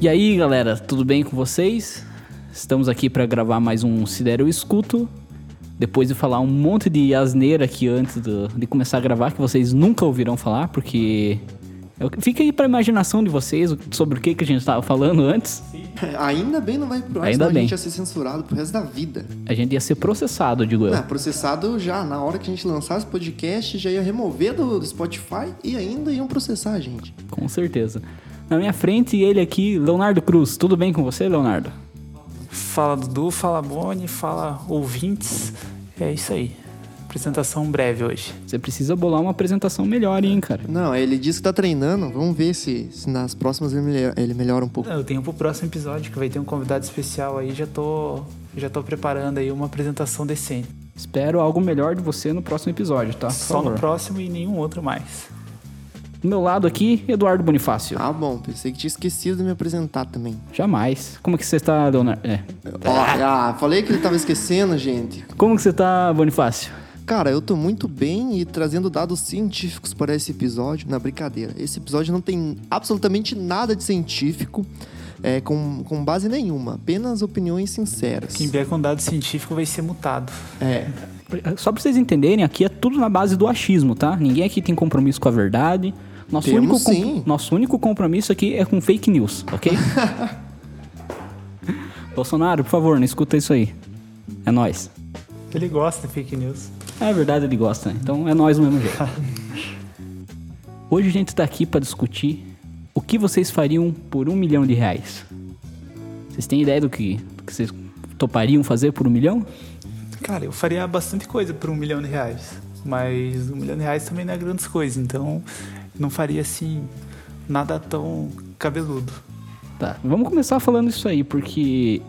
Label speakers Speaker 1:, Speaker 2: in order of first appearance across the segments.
Speaker 1: E aí, galera, tudo bem com vocês? Estamos aqui para gravar mais um Se Der Eu Escuto. Depois de falar um monte de asneira aqui antes do- de começar a gravar, que vocês nunca ouvirão falar, porque. eu- Fica aí pra imaginação de vocês sobre o que, que a gente tava falando antes.
Speaker 2: Ainda bem não vai pro ar,
Speaker 1: Ainda
Speaker 2: senão a
Speaker 1: bem.
Speaker 2: gente ia ser censurado pro resto da vida.
Speaker 1: A gente ia ser processado, digo eu.
Speaker 2: Ah, processado já, na hora que a gente lançasse o podcast, já ia remover do do Spotify e ainda iam processar a gente.
Speaker 1: Com certeza. Na minha frente, ele aqui, Leonardo Cruz. Tudo bem com você, Leonardo?
Speaker 3: Fala Dudu, fala Boni, fala ouvintes. É isso aí. Apresentação breve hoje.
Speaker 1: Você precisa bolar uma apresentação melhor, hein, cara?
Speaker 2: Não, ele disse que tá treinando, vamos ver se, se nas próximas ele melho- ele melhora um pouco.
Speaker 3: Eu tenho pro próximo episódio que vai ter um convidado especial aí, já tô já tô preparando aí uma apresentação decente.
Speaker 1: Espero algo melhor de você no próximo episódio, tá? Por
Speaker 3: Só
Speaker 1: favor.
Speaker 3: no próximo e nenhum outro mais.
Speaker 1: Do meu lado aqui, Eduardo Bonifácio.
Speaker 2: Ah, bom, pensei que tinha esquecido de me apresentar também.
Speaker 1: Jamais. Como que você está, Leonardo? É.
Speaker 2: Ó, ah, falei que ele tava esquecendo, gente.
Speaker 1: Como que você está, Bonifácio?
Speaker 2: Cara, eu tô muito bem e trazendo dados científicos para esse episódio. Na brincadeira, esse episódio não tem absolutamente nada de científico, é, com, com base nenhuma, apenas opiniões sinceras.
Speaker 3: Quem vier com dado científico vai ser mutado.
Speaker 2: É,
Speaker 1: Só pra vocês entenderem, aqui é tudo na base do achismo, tá? Ninguém aqui tem compromisso com a verdade. Nosso,
Speaker 2: Temos
Speaker 1: único, com-
Speaker 2: sim.
Speaker 1: nosso único compromisso aqui é com fake news, ok? Bolsonaro, por favor, não escuta isso aí. É nós.
Speaker 3: Ele gosta de fake news.
Speaker 1: É verdade, ele gosta, né? Então é nós do mesmo jeito. Hoje a gente tá aqui pra discutir o que vocês fariam por um milhão de reais. Vocês têm ideia do que, do que vocês topariam fazer por um milhão?
Speaker 3: Cara, eu faria bastante coisa por um milhão de reais. Mas um milhão de reais também não é grandes coisas, então não faria assim nada tão cabeludo.
Speaker 1: Tá, vamos começar falando isso aí, porque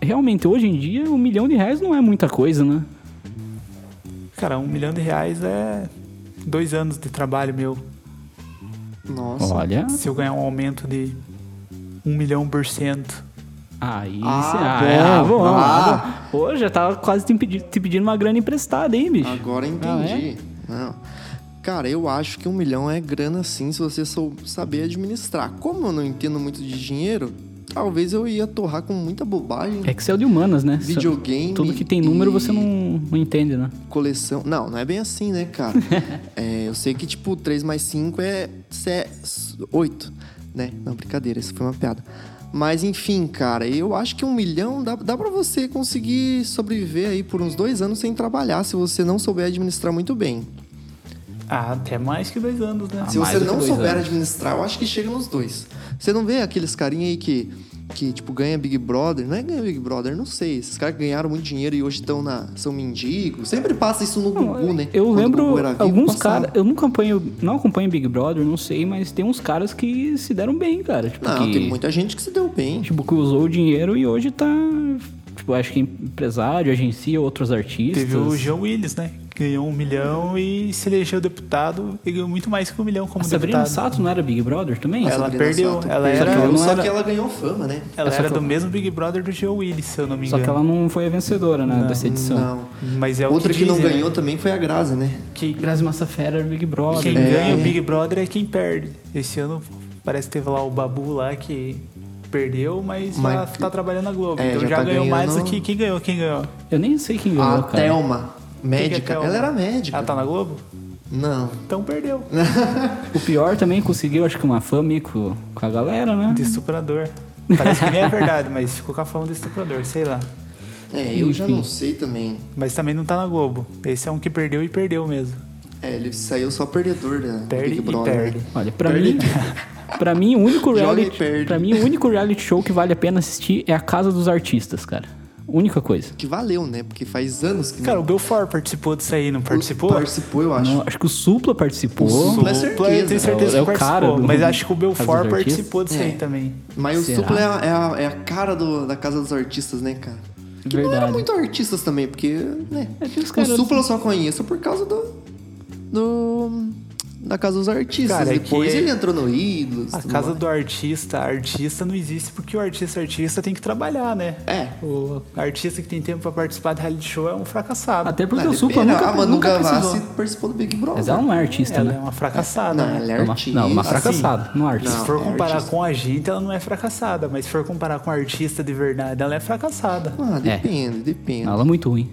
Speaker 1: realmente hoje em dia um milhão de reais não é muita coisa, né?
Speaker 3: Cara, um milhão de reais é dois anos de trabalho meu.
Speaker 2: nossa.
Speaker 1: Olha.
Speaker 3: Se eu ganhar um aumento de um milhão por cento.
Speaker 1: Aí
Speaker 2: Ah,
Speaker 1: cê-
Speaker 2: bom,
Speaker 1: é, ah, bom,
Speaker 2: ah.
Speaker 1: ah, bom. Pô, já tava quase te pedindo, te pedindo uma grana emprestada, hein, bicho?
Speaker 2: Agora
Speaker 1: Não, é?
Speaker 2: entendi. Não. Cara, eu acho que um milhão é grana sim se você sou- saber administrar. Como eu não entendo muito de dinheiro, talvez eu ia torrar com muita bobagem.
Speaker 1: É que você é o de humanas, né?
Speaker 2: Videogame
Speaker 1: Tudo que tem número
Speaker 2: e-
Speaker 1: você não, não entende, né?
Speaker 2: Coleção. Não, não é bem assim, né, cara? É, eu sei que, tipo, 3 mais 5 é 8, né? Não, brincadeira, isso foi uma piada. Mas enfim, cara, eu acho que um milhão dá, dá para você conseguir sobreviver aí por uns dois anos sem trabalhar, se você não souber administrar muito bem.
Speaker 3: Ah, até mais que dois anos, né?
Speaker 2: Se
Speaker 1: mais
Speaker 2: você
Speaker 1: do que
Speaker 2: não
Speaker 1: dois
Speaker 2: souber
Speaker 1: anos.
Speaker 2: administrar, eu acho que chega nos dois. Você não vê aqueles carinha aí que, que tipo, ganha Big Brother? Não é ganha Big Brother, não sei. Esses caras que ganharam muito dinheiro e hoje estão na... são mendigos. Sempre passa isso no Gugu, né?
Speaker 1: Eu
Speaker 2: Quando o
Speaker 1: lembro
Speaker 2: Gugu era vivo,
Speaker 1: alguns
Speaker 2: passava.
Speaker 1: caras. Eu nunca acompanho. Não acompanho Big Brother, não sei, mas tem uns caras que se deram bem, cara. Tipo,
Speaker 2: Não,
Speaker 1: que,
Speaker 2: tem muita gente que se deu bem.
Speaker 1: Tipo, que usou o dinheiro e hoje tá. Tipo, acho que empresário, agencia outros artistas.
Speaker 3: Teve o João Willis, né? Ganhou um milhão e se elegeu deputado e ganhou muito mais que um milhão
Speaker 1: A
Speaker 3: como
Speaker 1: Sabrina
Speaker 3: deputado.
Speaker 1: Sato né? não era Big Brother também?
Speaker 3: Ela
Speaker 2: Sabrina
Speaker 3: perdeu,
Speaker 2: Sato.
Speaker 3: ela
Speaker 2: Só
Speaker 3: era-
Speaker 2: que ela-
Speaker 1: não
Speaker 2: Só
Speaker 1: era-
Speaker 2: que ela ganhou fama, né?
Speaker 3: Ela
Speaker 1: Essa
Speaker 3: era
Speaker 1: que eu-
Speaker 3: do mesmo Big Brother do Joe Willis, se eu não me
Speaker 1: Só
Speaker 3: engano.
Speaker 1: que ela não foi a vencedora, né, dessa edição.
Speaker 2: Não.
Speaker 3: Mas Então. é o
Speaker 2: Outra que, não
Speaker 3: dizem, né?
Speaker 2: ganhou também foi a Grazi, né?
Speaker 3: Que
Speaker 1: Grazi Massafera era Big Brother.
Speaker 3: Quem
Speaker 1: né?
Speaker 3: ganha
Speaker 2: É.
Speaker 3: o Big Brother é quem perde. Esse ano parece que teve lá o Babu lá que perdeu, mas,
Speaker 2: Mas-
Speaker 3: já tá trabalhando na Globo.
Speaker 2: É,
Speaker 3: então
Speaker 2: já
Speaker 3: já,
Speaker 2: tá
Speaker 3: ganhou mais do
Speaker 2: ganhando-
Speaker 3: que quem ganhou, quem ganhou.
Speaker 1: Eu nem sei quem ganhou,
Speaker 2: a
Speaker 1: cara.
Speaker 2: Thelma,
Speaker 3: Quem
Speaker 2: médica.
Speaker 3: né? que é Thelma?
Speaker 2: ela era médica.
Speaker 3: Ela tá na Globo?
Speaker 2: Não.
Speaker 3: Então perdeu.
Speaker 1: O pior também conseguiu, acho que uma fama aí com, com a galera, né?
Speaker 3: De estuprador. Parece que nem é verdade, mas ficou com a fama de estuprador, sei lá.
Speaker 2: É, eu já
Speaker 1: Enfim.
Speaker 2: não sei também.
Speaker 3: Mas também não tá na Globo. Esse é um que perdeu e perdeu mesmo.
Speaker 2: É, ele saiu só perdedor da
Speaker 3: Perde
Speaker 2: Big
Speaker 3: e
Speaker 2: Brother.
Speaker 3: perde.
Speaker 2: né?
Speaker 1: Olha, pra
Speaker 2: Perde.
Speaker 1: mim, para mim o único
Speaker 2: Joga e
Speaker 1: reality,
Speaker 2: perde.
Speaker 1: para mim o único reality show que vale a pena assistir é a Casa dos Artistas, cara. Única coisa.
Speaker 2: Que valeu, né? Porque faz anos que
Speaker 3: Cara,
Speaker 2: não
Speaker 3: o Belfort participou disso aí, não participou?
Speaker 2: Participou, eu acho.
Speaker 1: Não, acho que o Supla participou.
Speaker 2: O Supla. Com certeza.
Speaker 3: Eu tenho certeza
Speaker 1: É o-
Speaker 3: que
Speaker 1: é o cara
Speaker 3: participou.
Speaker 1: do-
Speaker 3: Mas acho que o
Speaker 1: Casa
Speaker 3: Belfort
Speaker 1: dos Artistas?
Speaker 3: participou disso
Speaker 2: É.
Speaker 3: aí também.
Speaker 2: Mas o
Speaker 1: Será?
Speaker 2: Supla é a, é a- é a cara do- da Casa dos Artistas, né, cara? Que não
Speaker 1: Verdade.
Speaker 2: eram muito artistas também, porque, né?
Speaker 1: É que os
Speaker 2: o
Speaker 1: caras-
Speaker 2: Supla eu só conheço por causa do. do. da casa dos artistas.
Speaker 3: Cara, é
Speaker 2: Depois
Speaker 3: que-
Speaker 2: ele entrou no Ídolos.
Speaker 3: A
Speaker 2: tudo
Speaker 3: casa
Speaker 2: mais.
Speaker 3: do artista, artista não existe porque o artista artista tem que trabalhar, né?
Speaker 2: É.
Speaker 3: O artista que tem tempo pra participar de reality show é um fracassado.
Speaker 1: Até porque
Speaker 2: Ah,
Speaker 1: o Supla
Speaker 2: depende.
Speaker 1: nunca,
Speaker 2: Ah, mas
Speaker 1: nunca
Speaker 2: nunca
Speaker 1: precisou.
Speaker 2: Vassi participou do Big Brother.
Speaker 1: Mas ela não é artista,
Speaker 3: Ela é
Speaker 1: né?
Speaker 3: uma fracassada,
Speaker 2: Não,
Speaker 3: né?
Speaker 2: ela
Speaker 1: É
Speaker 2: é
Speaker 1: uma,
Speaker 2: artista.
Speaker 1: não, uma
Speaker 2: Assim,
Speaker 1: fracassada, não é artista.
Speaker 2: Não,
Speaker 3: Se for
Speaker 2: é
Speaker 3: comparar
Speaker 2: artista.
Speaker 3: com a gente, ela não é fracassada. Mas se for comparar com artista de verdade, ela é fracassada.
Speaker 2: Ah, depende, depende.
Speaker 1: Ela é muito ruim.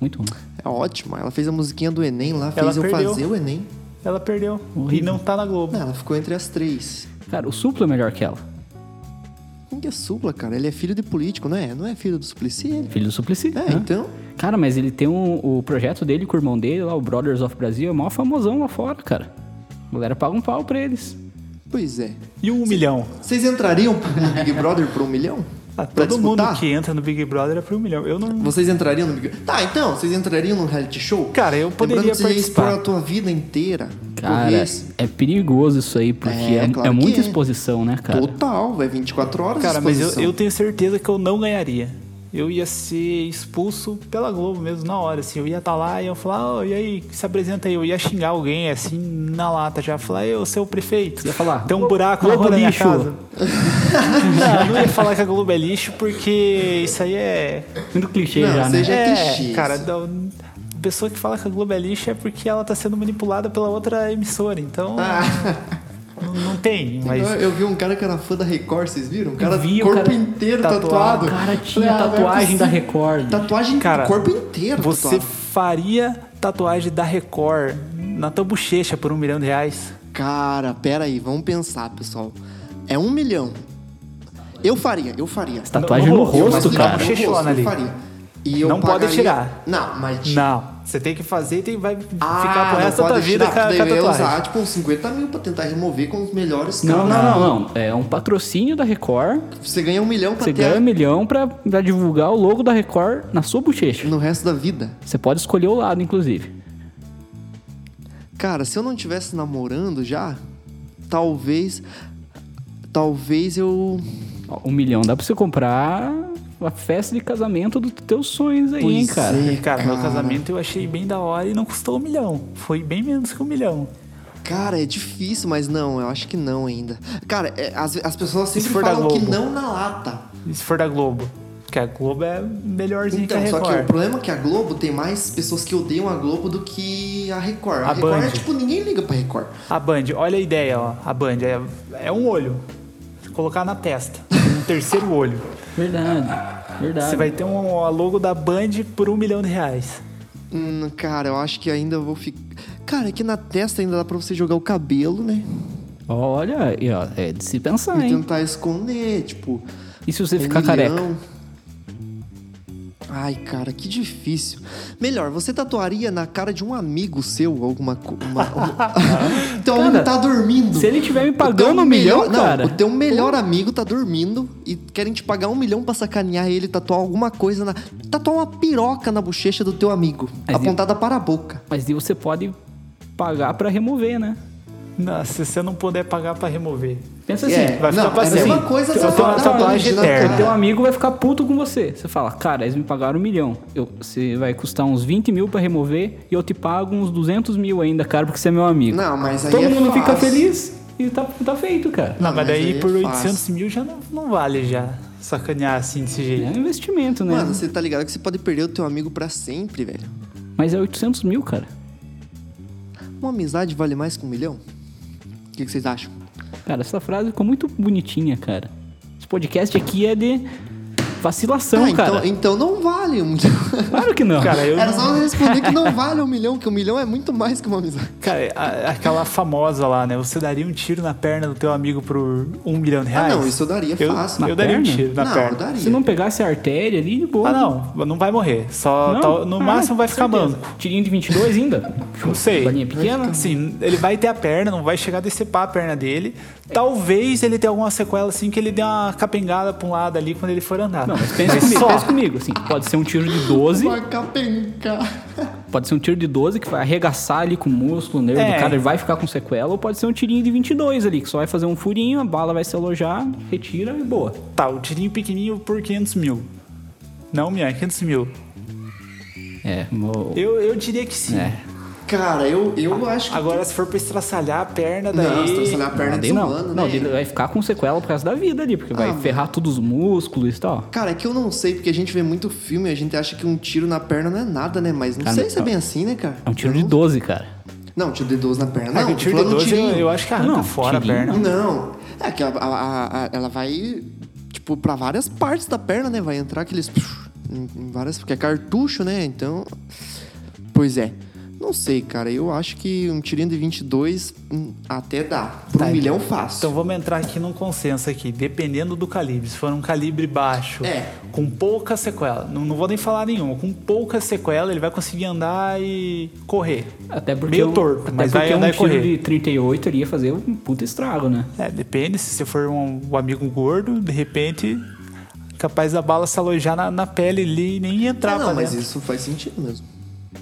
Speaker 1: Muito ruim.
Speaker 2: É ótimo. Ela fez a musiquinha do Enem lá, fez
Speaker 3: Ela
Speaker 2: eu
Speaker 3: perdeu.
Speaker 2: fazer o Enem.
Speaker 3: Ela perdeu. E
Speaker 1: Horrível.
Speaker 3: não tá na Globo.
Speaker 2: Não, ela ficou entre as três.
Speaker 1: Cara, o Supla é melhor que ela.
Speaker 2: Quem que é Supla, cara? Ele é filho de político, não é? Não é filho do Suplicy? Ele...
Speaker 1: Filho do Suplicy.
Speaker 2: É,
Speaker 1: né?
Speaker 2: então.
Speaker 1: Cara, mas ele tem um- o projeto dele com o irmão dele lá, o Brothers of Brasil, é o maior famosão lá fora, cara. A galera paga um pau pra eles.
Speaker 2: Pois é.
Speaker 3: E um milhão?
Speaker 2: Vocês entrariam no Big Brother por um milhão?
Speaker 3: Ah,
Speaker 2: Pra
Speaker 3: todo mundo
Speaker 2: disputar?
Speaker 3: que entra no Big Brother é por um milhão. Eu não.
Speaker 2: Vocês entrariam no Big Brother? Tá, então, vocês entrariam num reality show?
Speaker 3: Cara, eu poderia
Speaker 2: Lembrando que você ia expor
Speaker 3: participar.
Speaker 2: a tua vida inteira.
Speaker 1: Cara,
Speaker 2: Correr esse-
Speaker 1: é perigoso isso aí, porque é,
Speaker 2: É, claro
Speaker 1: é muita
Speaker 2: que é.
Speaker 1: exposição, né, cara?
Speaker 2: Total, vai 24 horas
Speaker 3: Cara,
Speaker 2: de
Speaker 3: mas eu,
Speaker 2: exposição.
Speaker 3: eu tenho certeza que eu não ganharia. Eu ia ser expulso pela Globo mesmo na hora, assim. Eu ia estar lá e eu ia falar, "Ô, e aí, se apresenta aí. Eu ia xingar alguém, assim, na lata já. Falar, eu sou o prefeito.
Speaker 1: Ia falar,
Speaker 3: Tem um buraco na
Speaker 1: "Globo
Speaker 3: rua da minha
Speaker 1: lixo."
Speaker 3: casa. não, eu não ia falar que a Globo é lixo, porque isso aí é...
Speaker 1: Muito clichê
Speaker 2: Não,
Speaker 1: já, né?
Speaker 2: seja-
Speaker 3: é,
Speaker 2: clichê,
Speaker 3: cara,
Speaker 2: isso.
Speaker 3: da- a pessoa que fala que a Globo é lixo é porque ela tá sendo manipulada pela outra emissora. Então,
Speaker 1: Ah.
Speaker 3: não, não tem, mas...
Speaker 2: Eu, eu vi um cara que era fã da Record, vocês viram? O cara
Speaker 1: Eu vi, o
Speaker 2: corpo
Speaker 1: cara
Speaker 2: inteiro
Speaker 1: tatuado.
Speaker 2: tatuado.
Speaker 1: O cara tinha
Speaker 2: Falei, ah, não é
Speaker 1: tatuagem da
Speaker 2: possível.
Speaker 1: Record.
Speaker 2: Tatuagem
Speaker 3: Cara,
Speaker 2: do corpo inteiro
Speaker 3: Você
Speaker 2: tatuado.
Speaker 3: faria tatuagem da Record na tua bochecha por um milhão de reais?
Speaker 2: Cara, pera aí, vamos pensar, pessoal. É um milhão. Eu faria, eu faria.
Speaker 1: Tatuagem
Speaker 3: No
Speaker 1: no
Speaker 3: tá rosto,
Speaker 1: rosto,
Speaker 3: mas-
Speaker 1: cara.
Speaker 2: No rosto,
Speaker 3: Bochechona ali.
Speaker 2: Eu faria. E eu
Speaker 3: Não pode
Speaker 2: pagaria-
Speaker 3: tirar.
Speaker 2: Não, mas
Speaker 3: Não. Você tem que fazer e tem, vai
Speaker 2: Ah,
Speaker 3: ficar pro
Speaker 2: não
Speaker 3: resto da tua
Speaker 2: pode
Speaker 3: vida
Speaker 2: tirar,
Speaker 3: com a,
Speaker 2: porque
Speaker 3: com a
Speaker 2: daí eu ia
Speaker 3: tatuagem.
Speaker 2: usar, tipo, uns 50 mil pra tentar remover com os melhores
Speaker 1: Não,
Speaker 2: caras.
Speaker 1: não, não, não. É um patrocínio da Record.
Speaker 2: Você ganha um milhão pra
Speaker 1: Você
Speaker 2: ter
Speaker 1: ganha um milhão pra, pra divulgar o logo da Record na sua bochecha.
Speaker 2: no resto da vida.
Speaker 1: Você pode escolher o lado, inclusive.
Speaker 2: Cara, se eu não tivesse namorando já, talvez. Talvez eu.
Speaker 1: Ó, Um milhão dá pra você comprar a festa de casamento dos teus sonhos aí, hein,
Speaker 2: Pois
Speaker 1: cara.
Speaker 2: é,
Speaker 3: Cara, meu casamento eu achei bem da hora e não custou um milhão. Foi bem menos que um milhão.
Speaker 2: Cara, é difícil, mas não, eu acho que não ainda. Cara, é, as, as pessoas sempre
Speaker 3: for da
Speaker 2: falam que
Speaker 3: Globo.
Speaker 2: não na lata.
Speaker 3: E se for da Globo? Porque a Globo é melhorzinha
Speaker 2: Então,
Speaker 3: que a
Speaker 2: só que o
Speaker 3: Record.
Speaker 2: problema é que a Globo tem mais pessoas que odeiam a Globo do que a Record. A,
Speaker 3: A
Speaker 2: Record é
Speaker 3: Band.
Speaker 2: tipo, ninguém liga pra Record.
Speaker 3: A Band, olha a ideia, ó. A Band é, é um olho. Colocar na testa. Um terceiro olho.
Speaker 1: Verdade, verdade.
Speaker 3: Você vai ter um, a logo da Band por um milhão de reais.
Speaker 2: Hum, cara, eu acho que ainda vou ficar. Cara, é que na testa ainda dá pra você jogar o cabelo, né?
Speaker 1: Olha, aí, ó, é de se pensar,
Speaker 2: E
Speaker 1: hein?
Speaker 2: tentar esconder, tipo.
Speaker 1: E se você
Speaker 2: um
Speaker 1: ficar careca?
Speaker 2: milhão. Ai, cara, que difícil. Melhor, você tatuaria na cara de um amigo seu alguma coisa. então,
Speaker 1: Cara,
Speaker 2: um tá dormindo.
Speaker 1: Se ele tiver me
Speaker 2: O
Speaker 1: pagando
Speaker 2: teu
Speaker 1: um milhão,
Speaker 2: melhor- não,
Speaker 1: cara.
Speaker 2: o teu melhor amigo tá dormindo e querem te pagar um milhão pra sacanear ele, tatuar alguma coisa na. Tatuar uma piroca na bochecha do teu amigo,
Speaker 1: Mas
Speaker 2: apontada para a boca.
Speaker 1: Mas e você pode pagar pra remover, né?
Speaker 3: Não, se você não puder pagar pra remover.
Speaker 1: Pensa assim,
Speaker 2: É,
Speaker 3: Vai
Speaker 2: não,
Speaker 3: ficar pra
Speaker 2: é a
Speaker 3: sempre.
Speaker 2: mesma coisa
Speaker 3: Eu
Speaker 2: da-
Speaker 3: tenho uma
Speaker 2: da
Speaker 3: tatuagem
Speaker 2: Band, na
Speaker 3: eterna.
Speaker 2: cara.
Speaker 1: teu amigo vai ficar puto com você. Você fala, cara, eles me pagaram um milhão. Eu, você vai custar uns 20 mil pra remover e eu te pago uns 200 mil ainda, cara, porque você é meu amigo.
Speaker 2: Não, mas aí
Speaker 1: Todo
Speaker 2: é
Speaker 1: mundo fica
Speaker 2: fácil.
Speaker 1: feliz e tá, tá feito, cara.
Speaker 3: Não,
Speaker 2: mas
Speaker 3: mas daí
Speaker 2: aí é
Speaker 3: por
Speaker 2: fácil.
Speaker 3: 800 mil já não, não vale já sacanear assim desse
Speaker 1: É
Speaker 3: jeito.
Speaker 1: um investimento, né?
Speaker 2: Mano, você tá ligado que você pode perder o teu amigo pra sempre, velho.
Speaker 1: Mas é 800 mil, cara.
Speaker 2: Uma amizade vale mais que um milhão? O que, que vocês acham?
Speaker 1: Cara, essa frase ficou muito bonitinha, cara. Esse podcast aqui é de vacilação,
Speaker 2: Ah, então,
Speaker 1: cara.
Speaker 2: então não vale um milhão.
Speaker 1: Claro que não.
Speaker 3: Cara, eu,
Speaker 2: Era só um você responder que não vale um milhão, que um milhão é muito mais que uma amizade.
Speaker 3: cara a- aquela famosa lá, né? Você daria um tiro na perna do teu amigo por um milhão de
Speaker 2: Ah,
Speaker 3: reais?
Speaker 2: não, isso eu daria
Speaker 3: eu,
Speaker 2: fácil.
Speaker 3: eu
Speaker 1: Na
Speaker 3: daria um
Speaker 1: perna?
Speaker 3: tiro na
Speaker 2: não, eu
Speaker 3: perna.
Speaker 2: daria. um
Speaker 1: Se não pegasse a artéria ali, de boa.
Speaker 3: Ah, não, não vai morrer. Só
Speaker 1: Não?
Speaker 3: tal- no
Speaker 2: é,
Speaker 1: Ah,
Speaker 3: máximo vai
Speaker 1: com
Speaker 3: ficar
Speaker 1: certeza.
Speaker 3: manco.
Speaker 1: Tirinho de 22 ainda?
Speaker 3: Não sei.
Speaker 1: Bolinha pequena?
Speaker 3: Sim, ele vai ter a perna, não vai chegar a decepar a perna dele. Talvez ele tenha alguma sequela assim que ele dê uma capengada pra um lado ali quando ele for andar.
Speaker 1: Não, mas pensa
Speaker 3: Mas
Speaker 1: comigo,
Speaker 3: só.
Speaker 1: pensa comigo. Assim, pode ser um tiro de 12,
Speaker 2: Uma capenca.
Speaker 1: pode ser um tiro de 12 que vai arregaçar ali com o músculo, o nervo
Speaker 3: É.
Speaker 1: do cara, ele vai ficar com sequela, ou pode ser um tirinho de 22 ali, que só vai fazer um furinho, a bala vai se alojar, retira e boa.
Speaker 3: Tá, o tirinho pequenininho por 500 mil. Não, minha, 500 mil.
Speaker 1: É, mo-
Speaker 3: Eu, eu diria que sim.
Speaker 1: É.
Speaker 2: Cara, eu, eu acho que.
Speaker 3: Agora, se for pra estraçalhar a perna, daí.
Speaker 2: Não, se transformar a perna é
Speaker 1: Daí não.
Speaker 2: desumano,
Speaker 1: não,
Speaker 2: né?
Speaker 1: ele vai ficar com sequela por causa da vida ali, porque vai
Speaker 3: Ah,
Speaker 2: mano.
Speaker 1: ferrar todos os músculos e tal.
Speaker 2: Cara, é que eu não sei, porque a gente vê muito filme e a gente acha que um tiro na perna não é nada, né? Mas não
Speaker 1: Cara,
Speaker 2: sei se é
Speaker 1: não.
Speaker 2: bem assim, né, cara?
Speaker 1: É um tiro
Speaker 2: Eu
Speaker 1: de
Speaker 2: não-
Speaker 1: 12, cara.
Speaker 2: Não, tiro de 12 na perna.
Speaker 3: Ah,
Speaker 2: Não,
Speaker 3: que o tiro de 12 eu,
Speaker 2: tirinho.
Speaker 3: eu acho que arranca
Speaker 1: Não,
Speaker 3: fora
Speaker 1: tirinho.
Speaker 3: a perna.
Speaker 2: Não. É que a- a- a- ela vai, tipo, pra várias partes da perna, né? Vai entrar aqueles. Em em várias. Porque é cartucho, né? Então. Pois é. Não sei, cara. Eu acho que um tirinho de 22 hum, até dá. Por
Speaker 3: Tá,
Speaker 2: um
Speaker 3: então-
Speaker 2: milhão fácil.
Speaker 3: Então vamos entrar aqui num consenso aqui, dependendo do calibre. Se for um calibre baixo,
Speaker 2: É.
Speaker 3: com pouca sequela, não, não vou nem falar nenhuma, com pouca sequela ele vai conseguir andar e correr.
Speaker 1: Até porque
Speaker 3: Meio
Speaker 1: um-
Speaker 3: torto,
Speaker 1: até
Speaker 3: mas vai
Speaker 1: porque um
Speaker 3: andar e
Speaker 1: tiro
Speaker 3: correr.
Speaker 1: de 38 iria fazer um puta estrago, né?
Speaker 3: É, depende, se você for um, um amigo gordo, de repente, capaz da bala se alojar na, na pele ali e nem entrar
Speaker 2: Ah,
Speaker 3: pra
Speaker 2: não, mas
Speaker 3: dentro.
Speaker 2: isso faz sentido mesmo.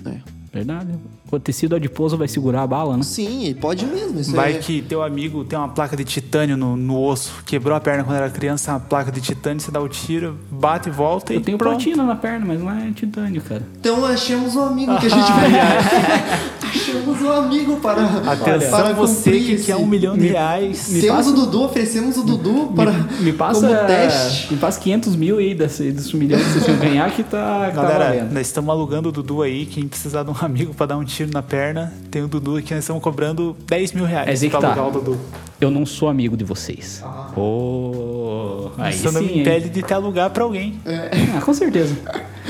Speaker 2: É.
Speaker 1: Verdade. O tecido adiposo vai segurar a bala, né?
Speaker 2: Sim, e pode mesmo. Isso
Speaker 3: Vai
Speaker 2: é...
Speaker 3: que teu amigo tem uma placa de titânio no, no osso, quebrou a perna quando era criança, uma placa de titânio, você dá o tiro, bate e volta e
Speaker 1: Eu tenho um
Speaker 3: pronto.
Speaker 1: platina na perna, mas não é titânio, cara.
Speaker 2: Então achamos um amigo que a gente vai. achamos um amigo para.
Speaker 3: Atenção
Speaker 2: para
Speaker 3: você
Speaker 2: cumprir
Speaker 3: que
Speaker 2: esse-
Speaker 3: quer um milhão de reais.
Speaker 2: Temos o Dudu, oferecemos o Dudu para.
Speaker 1: Me passa, é,
Speaker 2: Como teste.
Speaker 1: me passa 500 mil aí desse, desse milhão que vocês vão ganhar que tá, que tá
Speaker 3: Galera, né?
Speaker 1: valendo.
Speaker 3: nós estamos alugando o Dudu aí. Quem precisar de um amigo pra dar um tiro na perna, tem o Dudu aqui. Nós estamos cobrando 10 mil
Speaker 1: É
Speaker 3: reais
Speaker 1: assim que
Speaker 3: pra
Speaker 1: tá.
Speaker 3: alugar o Dudu.
Speaker 1: Eu não sou amigo de vocês. Oh, aí
Speaker 3: Isso não
Speaker 1: sim,
Speaker 3: me
Speaker 1: hein?
Speaker 3: impede de ter alugar pra alguém.
Speaker 1: Ah, com certeza.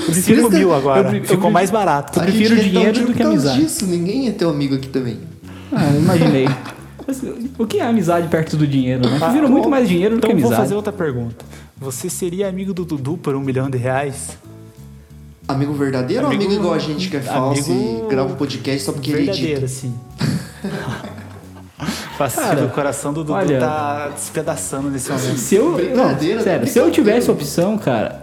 Speaker 3: Por 5
Speaker 2: que-
Speaker 3: mil
Speaker 1: eu
Speaker 3: agora.
Speaker 1: pre- eu
Speaker 3: Ficou
Speaker 1: pre-
Speaker 3: mais barato.
Speaker 1: eu prefiro
Speaker 2: A gente quer
Speaker 1: dinheiro
Speaker 2: dar um
Speaker 1: do que
Speaker 2: por causa
Speaker 1: amizade.
Speaker 2: Disso. Ninguém é teu amigo aqui também.
Speaker 1: Ah, eu imaginei. Mas, O que é amizade perto do dinheiro, né? Vira muito mais dinheiro do
Speaker 3: Ah, então
Speaker 1: que
Speaker 3: vou
Speaker 1: amizade.
Speaker 3: fazer outra pergunta. Você seria amigo do Dudu por um milhão de reais?
Speaker 2: Amigo verdadeiro ou
Speaker 3: Amigo-
Speaker 2: amigo igual a gente que é falso
Speaker 3: amigo
Speaker 2: e grava um podcast só porque ele
Speaker 3: Verdadeiro,
Speaker 2: edita?
Speaker 3: assim. Vacilo,
Speaker 1: Cara,
Speaker 3: o coração do Dudu
Speaker 1: olha-
Speaker 3: tá despedaçando nesse momento.
Speaker 1: Se eu, não,
Speaker 2: Brincadeira, tá
Speaker 1: sério, se eu tivesse opção, cara,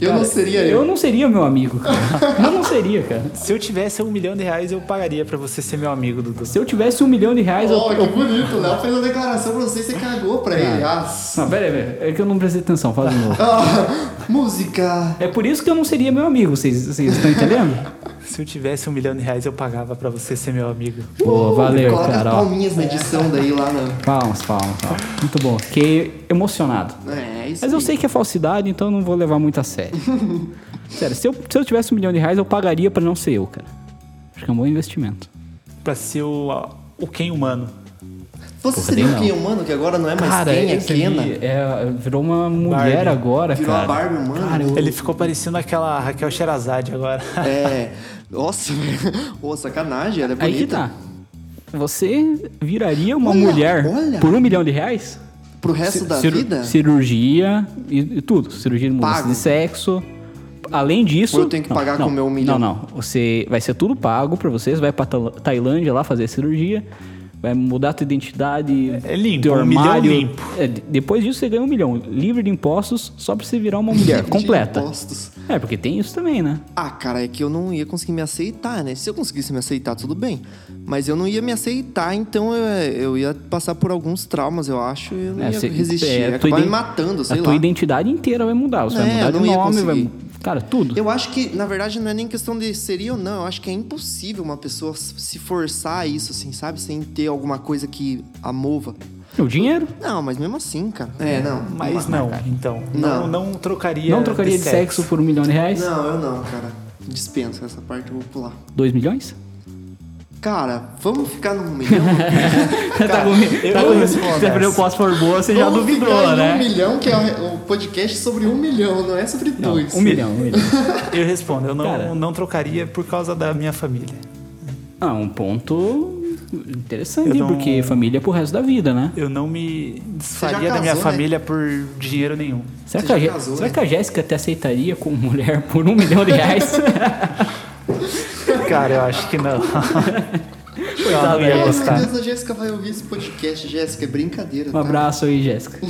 Speaker 2: Eu
Speaker 1: cara,
Speaker 2: não seria
Speaker 1: eu.
Speaker 2: eu.
Speaker 1: não seria meu amigo, cara. eu não seria, cara.
Speaker 3: Se eu tivesse um milhão de reais, eu pagaria pra você ser meu amigo, Dudu.
Speaker 1: Se eu tivesse um milhão de reais, eu.
Speaker 2: Ó, que bonito, o Léo fez uma declaração pra você e você cagou pra ele. Ah,
Speaker 1: Não, pera aí, pera aí, é que eu não prestei atenção, faz de novo.
Speaker 2: ah, música!
Speaker 1: É por isso que eu não seria meu amigo, vocês, vocês estão entendendo?
Speaker 3: Se eu tivesse um milhão de reais, eu pagava pra você ser meu amigo.
Speaker 1: Pô, valeu,
Speaker 2: Uh, Coloca
Speaker 1: cara. ó.
Speaker 2: palminhas na edição daí lá na.
Speaker 1: Palmas, palmas, palmas. Muito bom. Fiquei emocionado.
Speaker 2: É, isso
Speaker 1: Mas eu
Speaker 2: aí.
Speaker 1: sei que é falsidade, então eu não vou levar muito a sério. Sério, se eu, se eu tivesse um milhão de reais, eu pagaria pra não ser eu, cara. Acho que é um bom investimento.
Speaker 3: Pra ser o, o quem humano.
Speaker 2: Você seria
Speaker 1: nem
Speaker 2: um quem
Speaker 1: não.
Speaker 2: humano, que agora não é mais
Speaker 1: Cara,
Speaker 2: quem, é
Speaker 1: esse
Speaker 2: Kena.
Speaker 1: ali é- virou uma mulher agora,
Speaker 2: Virou
Speaker 1: cara.
Speaker 2: a Barbie humana.
Speaker 1: Cara, eu-
Speaker 3: Ele ficou parecendo aquela Raquel Sherazade agora.
Speaker 2: É. Nossa, velho. Ô, sacanagem, ela é bonita.
Speaker 1: Aí que tá. Você viraria uma
Speaker 2: Olha,
Speaker 1: mulher
Speaker 2: olha.
Speaker 1: por um milhão de reais?
Speaker 2: Pro resto da
Speaker 1: Ciru-
Speaker 2: vida.
Speaker 1: Cirurgia e, e tudo. Cirurgia de mudança
Speaker 2: Pago.
Speaker 1: de sexo. Além disso...
Speaker 2: Ou eu tenho que
Speaker 1: não,
Speaker 2: pagar
Speaker 1: não,
Speaker 2: com o meu milhão?
Speaker 1: Não, não. Você vai ser tudo pago pra você. Você vai pra Tal- Tailândia lá fazer a cirurgia. Vai mudar a tua identidade.
Speaker 3: É limpo,
Speaker 1: teu
Speaker 3: um milhão
Speaker 1: armário.
Speaker 3: limpo.
Speaker 1: É, de- depois disso você ganha um milhão. Livre de impostos só pra você virar uma mulher
Speaker 2: De
Speaker 1: completa.
Speaker 2: impostos.
Speaker 1: É, porque tem isso também, né?
Speaker 2: Ah, cara, é que eu não ia conseguir me aceitar, né? Se eu conseguisse me aceitar, tudo bem. Mas eu não ia me aceitar, então eu, eu ia passar por alguns traumas, eu acho. e Eu não
Speaker 1: É,
Speaker 2: ia
Speaker 1: você-
Speaker 2: resistir.
Speaker 1: é, a
Speaker 2: ia
Speaker 1: tua
Speaker 2: acabar me
Speaker 1: iden-
Speaker 2: matando, sei
Speaker 1: a
Speaker 2: lá.
Speaker 1: tua identidade inteira vai mudar. Você
Speaker 2: É,
Speaker 1: vai mudar
Speaker 2: eu
Speaker 1: de
Speaker 2: não ia
Speaker 1: nome, vai.
Speaker 2: conseguir.
Speaker 1: Cara, tudo.
Speaker 2: Eu acho que, na verdade, não é nem questão de seria ou não. Eu acho que é impossível uma pessoa se forçar a isso, assim, sabe? Sem ter alguma coisa que a mova.
Speaker 1: O dinheiro.
Speaker 2: Não, mas mesmo assim, cara. É, não.
Speaker 3: Mas não, então. Não,
Speaker 2: Não.
Speaker 3: não trocaria.
Speaker 1: Não trocaria de sexo por um milhão de reais?
Speaker 2: Não, eu não, cara. Dispensa, essa parte eu vou pular.
Speaker 1: Dois milhões?
Speaker 2: Cara, vamos ficar num milhão?
Speaker 1: tá com,
Speaker 3: eu
Speaker 1: tá com,
Speaker 3: respondo
Speaker 1: se a
Speaker 3: essa.
Speaker 1: proposta for boa, você já
Speaker 2: Vamos
Speaker 1: duvidou,
Speaker 2: ficar em Um
Speaker 1: né?
Speaker 2: milhão, que é o podcast sobre um milhão, não é sobre
Speaker 1: Não,
Speaker 2: dois.
Speaker 1: um milhão, um milhão.
Speaker 3: Eu respondo, eu
Speaker 1: Cara.
Speaker 3: não, não trocaria por causa da minha família.
Speaker 1: Ah, um ponto interessante,
Speaker 3: Eu não-
Speaker 1: porque família é pro resto da vida, né?
Speaker 3: Eu não me desfaria
Speaker 2: já
Speaker 3: da minha
Speaker 2: casou, né?
Speaker 3: família por dinheiro nenhum.
Speaker 1: Será
Speaker 2: Você
Speaker 1: que, a
Speaker 2: já
Speaker 1: Gé-
Speaker 2: casou,
Speaker 1: será
Speaker 2: né?
Speaker 1: que a Jéssica te aceitaria como mulher por um milhão de reais?
Speaker 3: Cara, eu acho que não. Coitado,
Speaker 1: dela.
Speaker 3: ia
Speaker 2: Ai,
Speaker 3: gostar.
Speaker 2: meu Deus, a Jéssica vai ouvir esse podcast. Jéssica, é brincadeira,
Speaker 1: Um
Speaker 2: tá?
Speaker 1: abraço aí, Jéssica.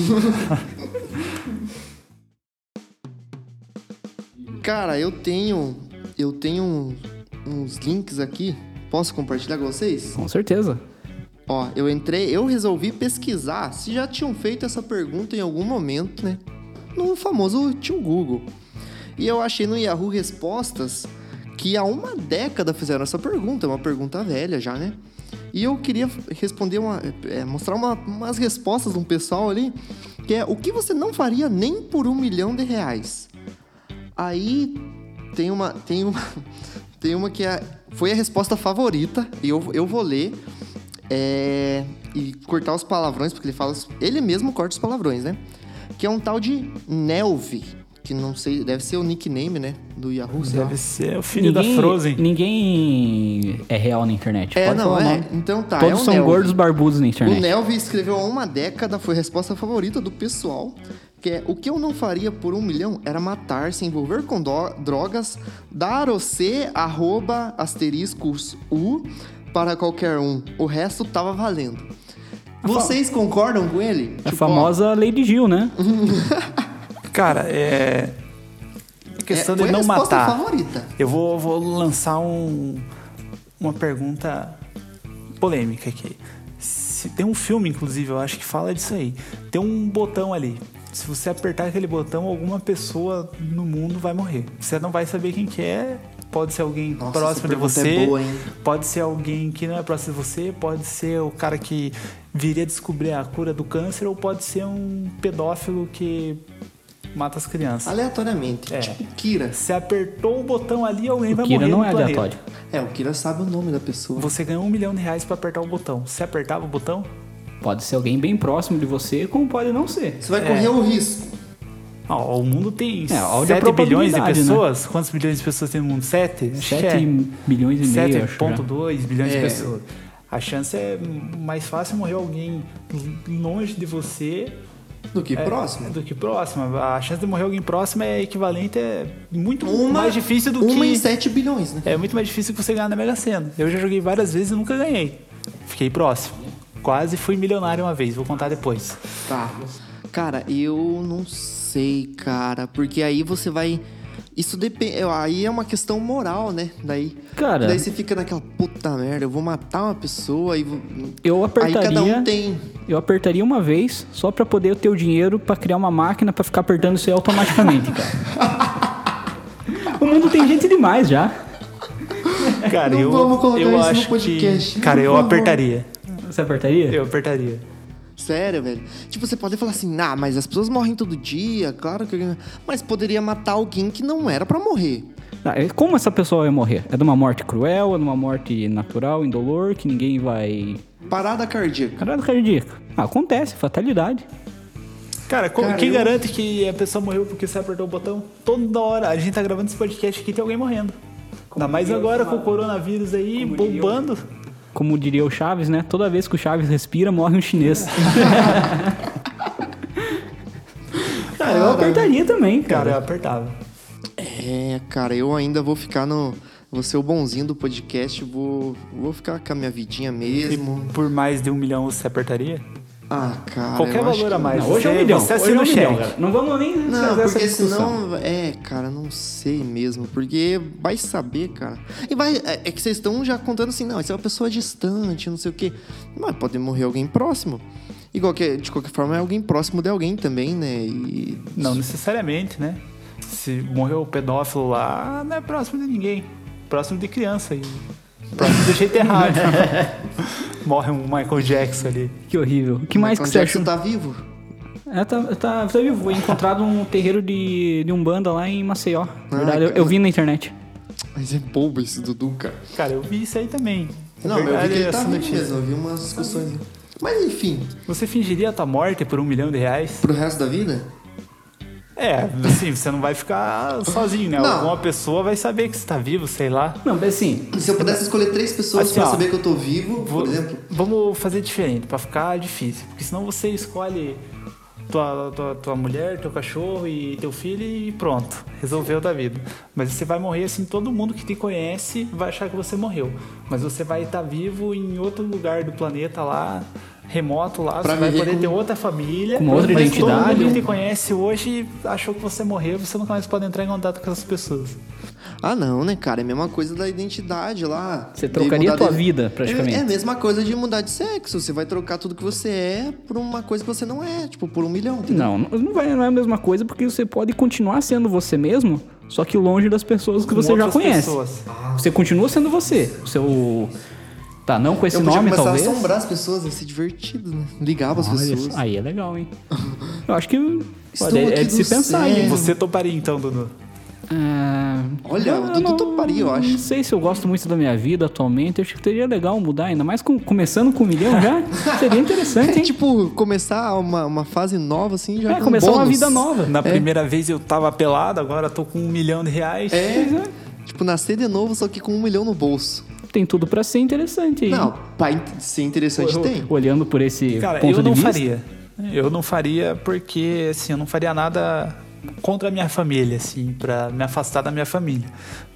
Speaker 2: Cara, eu tenho... Eu tenho um- uns links aqui. Posso compartilhar com vocês?
Speaker 1: Com certeza.
Speaker 2: Ó, eu entrei... Eu resolvi pesquisar se já tinham feito essa pergunta em algum momento, né? No famoso tio Google. E eu achei no Yahoo Respostas que há uma década fizeram essa pergunta, é uma pergunta velha já, né? E eu queria responder uma, é, mostrar uma, umas respostas de um pessoal ali, que é o que você não faria nem por um milhão de reais. Aí tem uma, tem uma, tem uma que é, foi a resposta favorita e eu, eu vou ler é, e cortar os palavrões porque ele fala, ele mesmo corta os palavrões, né? Que é um tal de Nelve, que não sei, deve ser o nickname, né, do Yahoo. sei lá.
Speaker 3: Deve ser o filho
Speaker 1: Ninguém,
Speaker 3: da Frozen.
Speaker 1: ninguém é real na internet.
Speaker 2: É,
Speaker 1: Pode
Speaker 2: não,
Speaker 1: falar o
Speaker 2: é.
Speaker 1: nome.
Speaker 2: Então tá,
Speaker 1: Todos
Speaker 2: é o
Speaker 1: são
Speaker 2: Nelve.
Speaker 1: gordos barbudos na
Speaker 2: O
Speaker 1: internet.
Speaker 2: Nelvi escreveu há uma década, foi a resposta favorita do pessoal, que é o que eu não faria por um milhão era matar, se envolver com dro- drogas, dar o C, arroba, asteriscos, U, para qualquer um. O resto tava valendo.
Speaker 3: É
Speaker 2: Vocês concordam com ele?
Speaker 1: É a
Speaker 2: Tipo,
Speaker 1: famosa Lady Gil, né?
Speaker 2: Uhum.
Speaker 3: Cara, é. A
Speaker 2: ó, é,
Speaker 3: questão
Speaker 2: foi
Speaker 3: de
Speaker 2: a
Speaker 3: não
Speaker 2: resposta
Speaker 3: matar.
Speaker 2: favorita.
Speaker 3: Eu vou, vou lançar um, uma pergunta polêmica aqui. Se, tem um filme, inclusive, eu acho que fala disso aí. Tem um botão ali. Se você apertar aquele botão, alguma pessoa no mundo vai morrer. Você não vai saber quem que é. Pode ser alguém
Speaker 2: Nossa,
Speaker 3: próximo
Speaker 2: essa
Speaker 3: de
Speaker 2: pergunta
Speaker 3: você.
Speaker 2: é boa, hein?
Speaker 3: Pode ser alguém que não é próximo de você. Pode ser o cara que viria descobrir a cura do câncer. Ou pode ser um pedófilo que mata as crianças.
Speaker 2: Aleatoriamente.
Speaker 3: É.
Speaker 2: Tipo, Kira.
Speaker 3: Você apertou o botão ali, alguém vai
Speaker 1: Kira
Speaker 3: morrer.
Speaker 1: não
Speaker 3: no
Speaker 1: é
Speaker 3: planeta.
Speaker 1: aleatório.
Speaker 2: É, o Kira sabe o nome da pessoa.
Speaker 3: Você ganhou um milhão de reais pra apertar o botão. Você apertava o botão?
Speaker 1: Pode ser alguém bem próximo de você, como pode não ser.
Speaker 2: Você vai
Speaker 3: é.
Speaker 2: correr o risco.
Speaker 3: Ó, o mundo tem
Speaker 1: É, olha a
Speaker 3: 7 bilhões de
Speaker 1: probabilidade, né?
Speaker 3: pessoas. Quantos bilhões de pessoas tem no mundo? 7? Acho que
Speaker 1: 7 milhões e meio, eu
Speaker 3: é
Speaker 1: acho. né?
Speaker 3: 7,2 bilhões
Speaker 2: É.
Speaker 3: de pessoas. A chance é mais fácil morrer alguém longe de você
Speaker 2: Do que
Speaker 3: é,
Speaker 2: próximo.
Speaker 3: do que próximo. A chance de morrer alguém próximo é equivalente, é muito
Speaker 2: Uma-
Speaker 3: mais difícil do
Speaker 2: Uma
Speaker 3: que.
Speaker 2: em 7 bilhões, né?
Speaker 3: É muito mais difícil que você ganhar na Mega Sena. Eu já joguei várias vezes e nunca ganhei. Fiquei próximo. Quase fui milionário uma vez, vou contar depois.
Speaker 2: Tá. Cara, eu não sei, cara. Porque aí você vai. Isso depende. Aí é uma questão moral, né? Daí.
Speaker 1: Cara.
Speaker 2: Daí você fica naquela puta merda, eu vou matar uma pessoa e. vou-
Speaker 1: Eu apertaria.
Speaker 2: Aí cada um tem.
Speaker 1: Eu apertaria uma vez só pra poder ter o dinheiro pra criar uma máquina pra ficar apertando isso aí automaticamente, cara. o mundo tem gente demais já.
Speaker 3: Cara,
Speaker 2: Não
Speaker 3: eu,
Speaker 2: vamos colocar
Speaker 3: eu
Speaker 2: isso no
Speaker 3: acho
Speaker 2: podcast,
Speaker 3: que. Cara,
Speaker 2: por
Speaker 3: eu
Speaker 2: favor.
Speaker 3: apertaria.
Speaker 1: Você apertaria?
Speaker 3: Eu apertaria.
Speaker 2: Sério, velho. Tipo, você pode falar assim, ah, mas as pessoas morrem todo dia, claro que. Mas poderia matar alguém que não era pra morrer.
Speaker 1: Ah, é- Como essa pessoa vai morrer? É de uma morte cruel, é de uma morte natural, indolor, que ninguém vai.
Speaker 2: Parada cardíaca.
Speaker 1: Caralho cardíaco. Ah, acontece, fatalidade.
Speaker 3: Cara, como-
Speaker 2: Cara,
Speaker 3: quem
Speaker 2: eu-
Speaker 3: garante que a pessoa morreu porque você apertou o botão? Toda hora. A gente tá gravando esse podcast aqui e tem alguém morrendo. Ainda mais
Speaker 1: é
Speaker 3: agora com o coronavírus aí bombando.
Speaker 1: Como diria o Chaves, né? Toda vez que o Chaves respira, morre um chinês. Ah, eu apertaria também,
Speaker 3: Cara, eu
Speaker 1: cara.
Speaker 3: apertava.
Speaker 2: É, cara, eu ainda vou ficar no. Vou ser o bonzinho do podcast, vou, vou ficar com a minha vidinha
Speaker 3: E
Speaker 2: mesmo.
Speaker 3: por mais de um milhão você apertaria?
Speaker 2: Ah, cara.
Speaker 3: Qualquer
Speaker 2: eu acho
Speaker 3: valor a
Speaker 2: que-
Speaker 3: mais.
Speaker 1: Não, hoje é um
Speaker 3: Você-
Speaker 1: milhão.
Speaker 3: você
Speaker 1: hoje é um
Speaker 3: assina o
Speaker 1: milhão,
Speaker 3: cheque.
Speaker 1: cara. Não vamos nem
Speaker 2: Não,
Speaker 1: fazer essa
Speaker 2: porque
Speaker 1: discussão.
Speaker 2: senão. É, cara, não sei mesmo. Porque vai saber, cara. E vai. É, é que vocês estão já contando assim, não, isso é uma pessoa distante, não sei o quê. Mas pode morrer alguém próximo. E qualquer, de qualquer forma, é alguém próximo de alguém também, né? E.
Speaker 3: Não necessariamente, né? Se morreu o pedófilo lá, não é próximo de ninguém. Próximo de criança. E próximo do jeito errado. Morre um Michael Jackson ali.
Speaker 1: Que horrível. O que mais que
Speaker 2: Michael
Speaker 1: você
Speaker 2: Jackson
Speaker 1: achou?
Speaker 2: tá vivo?
Speaker 1: É, tá, tá, tá vivo. Foi encontrado um terreiro de, de Umbanda lá em Maceió. Na Verdade, eu,
Speaker 2: Ah, cara.
Speaker 1: eu vi na internet.
Speaker 2: Mas é bobo esse Dudu, cara.
Speaker 3: Cara, eu vi isso aí também. É
Speaker 2: Não, mas eu vi
Speaker 3: verdade
Speaker 2: que ele tá
Speaker 3: essa
Speaker 2: vivo
Speaker 3: notícia.
Speaker 2: mesmo. Eu vi umas discussões. Mas enfim,
Speaker 3: Você fingiria a tua morte por um milhão de reais?
Speaker 2: pro resto da vida?
Speaker 3: É, assim, você não vai ficar sozinho, né?
Speaker 2: Não.
Speaker 3: Alguma pessoa vai saber que você tá vivo, sei lá.
Speaker 1: Não, mas assim,
Speaker 2: Se eu pudesse escolher três pessoas
Speaker 3: Assim,
Speaker 2: pra
Speaker 3: ó.
Speaker 2: saber que eu tô vivo,
Speaker 3: Vou-
Speaker 2: por exemplo.
Speaker 3: Vamos fazer diferente, pra ficar difícil. Porque senão você escolhe tua, tua, tua mulher, teu cachorro e teu filho e pronto. Resolveu da vida. Mas você vai morrer assim, todo mundo que te tá conhece vai achar que você morreu. Mas você vai estar vivo em outro lugar do planeta lá, remoto lá,
Speaker 2: Pra
Speaker 3: você vai
Speaker 2: viver
Speaker 3: poder
Speaker 2: com-
Speaker 3: ter outra família.
Speaker 1: com outra
Speaker 3: mas Todo
Speaker 1: identidade,
Speaker 3: mundo que
Speaker 1: um-
Speaker 3: te conhece hoje achou que você morreu, você nunca mais pode entrar em contato com essas pessoas.
Speaker 2: Ah, não, né, cara? É a mesma coisa da identidade lá.
Speaker 1: Você
Speaker 2: De
Speaker 1: trocaria
Speaker 2: mudar
Speaker 1: a tua vida, praticamente.
Speaker 2: É, é a mesma coisa de mudar de sexo. Você vai trocar tudo que você é por uma coisa que você não é, tipo, por um milhão. entendeu?
Speaker 1: Não, não, vai, não é a mesma coisa, porque você pode continuar sendo você mesmo, só que longe das pessoas que
Speaker 3: Com
Speaker 1: você já
Speaker 3: outras
Speaker 1: conhece.
Speaker 3: pessoas.
Speaker 1: Você continua sendo você. O seu. Tá, não com esse
Speaker 2: Eu podia
Speaker 1: nome,
Speaker 2: começar
Speaker 1: talvez.
Speaker 2: a assombrar as pessoas, ia ser divertido, né? Ligar pras
Speaker 1: Olha
Speaker 2: pessoas.
Speaker 1: só, Aí é legal, hein? Eu acho que.
Speaker 2: Estou
Speaker 1: pô, é, é
Speaker 2: aqui
Speaker 1: de se
Speaker 2: do
Speaker 1: pensar,
Speaker 2: céu.
Speaker 1: hein?
Speaker 3: Você toparia então, Dudu?
Speaker 1: Ah,
Speaker 2: Olha,
Speaker 1: eu
Speaker 2: o Dudu
Speaker 1: não-
Speaker 2: toparia, eu acho.
Speaker 1: Não sei se eu gosto muito da minha vida atualmente. Eu acho que seria legal mudar, ainda mais com- começando com um milhão já. Seria interessante,
Speaker 2: É
Speaker 1: hein?
Speaker 2: tipo, começar uma, uma fase nova, assim, já
Speaker 1: É,
Speaker 2: com
Speaker 1: começar uma
Speaker 2: bônus.
Speaker 1: vida nova.
Speaker 3: Na primeira vez eu tava pelado, agora tô com um milhão de reais.
Speaker 2: É, tipo, nascer de novo, só que com um milhão no bolso.
Speaker 1: Tem tudo pra ser interessante. hein?
Speaker 2: Não, pra in- ser interessante,
Speaker 1: Eu-
Speaker 2: tem.
Speaker 1: Olhando por esse
Speaker 3: Cara,
Speaker 1: ponto
Speaker 3: eu
Speaker 1: de
Speaker 3: não
Speaker 1: vista.
Speaker 3: faria. Eu não faria porque, assim, eu não faria nada contra a minha família, assim, pra me afastar da minha família.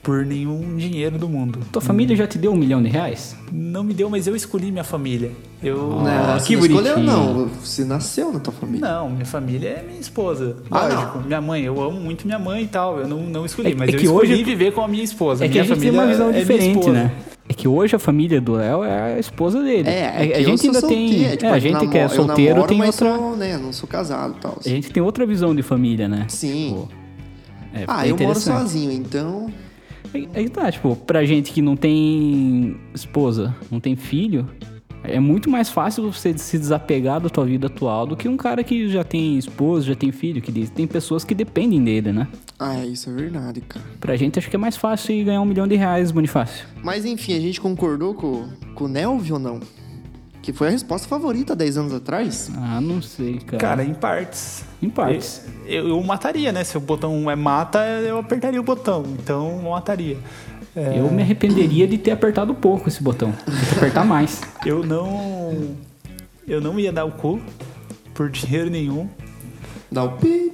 Speaker 3: Por nenhum dinheiro do mundo. Então,
Speaker 1: Tua família
Speaker 2: Hum.
Speaker 1: já te deu um milhão de reais?
Speaker 3: Não me deu, mas eu escolhi minha família. Eu.
Speaker 1: Ah,
Speaker 2: Não, Né? você
Speaker 1: que
Speaker 2: não escolheu,
Speaker 1: bonitinho.
Speaker 2: não. Você nasceu na tua família.
Speaker 3: Não, minha família é minha esposa.
Speaker 2: Ah,
Speaker 3: Lógico, minha mãe, eu amo muito minha mãe e tal. Eu não, não escolhi,
Speaker 1: É-
Speaker 3: mas
Speaker 1: é
Speaker 3: eu
Speaker 1: que
Speaker 3: escolhi
Speaker 1: hoje-
Speaker 3: viver com a minha esposa.
Speaker 1: É que
Speaker 3: minha
Speaker 1: a gente tem
Speaker 3: família
Speaker 1: uma visão
Speaker 3: é minha
Speaker 1: diferente,
Speaker 3: esposa.
Speaker 1: né? É que hoje a família do Léo é a esposa dele.
Speaker 2: É,
Speaker 1: a
Speaker 2: que eu
Speaker 1: gente
Speaker 2: sou
Speaker 1: ainda
Speaker 2: solteiro,
Speaker 1: tem.
Speaker 2: tipo,
Speaker 1: é, a
Speaker 2: eu
Speaker 1: gente
Speaker 2: namo-
Speaker 1: que é
Speaker 2: eu
Speaker 1: solteiro
Speaker 2: namoro,
Speaker 1: tem
Speaker 2: mas
Speaker 1: outra. É,
Speaker 2: Não, né, não sou casado e tal. assim.
Speaker 1: A gente tem outra visão de família, né?
Speaker 2: Sim.
Speaker 1: Tipo, é,
Speaker 2: ah,
Speaker 1: é
Speaker 2: eu moro
Speaker 1: interessante.
Speaker 2: sozinho, então.
Speaker 1: Aí aí tá, tipo, pra gente que não tem esposa, não tem filho, é muito mais fácil você se desapegar da tua vida atual do que um cara que já tem esposa, já tem filho, que diz- tem pessoas que dependem dele, né?
Speaker 2: Ah, é, isso é verdade, cara.
Speaker 1: Pra gente acho que é mais fácil ir ganhar um milhão de reais, Bonifácio.
Speaker 2: Mas enfim, a gente concordou com, com o Nelvio ou não? Que foi a resposta favorita 10 anos atrás?
Speaker 1: Ah, não sei, cara.
Speaker 3: Cara, em partes.
Speaker 1: em partes.
Speaker 3: Eu, eu mataria, né? Se o botão é mata, eu apertaria o botão. Então, eu mataria. É,
Speaker 1: Eu me arrependeria de ter apertado pouco esse botão. Tem que apertar mais.
Speaker 3: eu não. Eu não ia dar o cu por dinheiro nenhum.
Speaker 2: Dá o pi.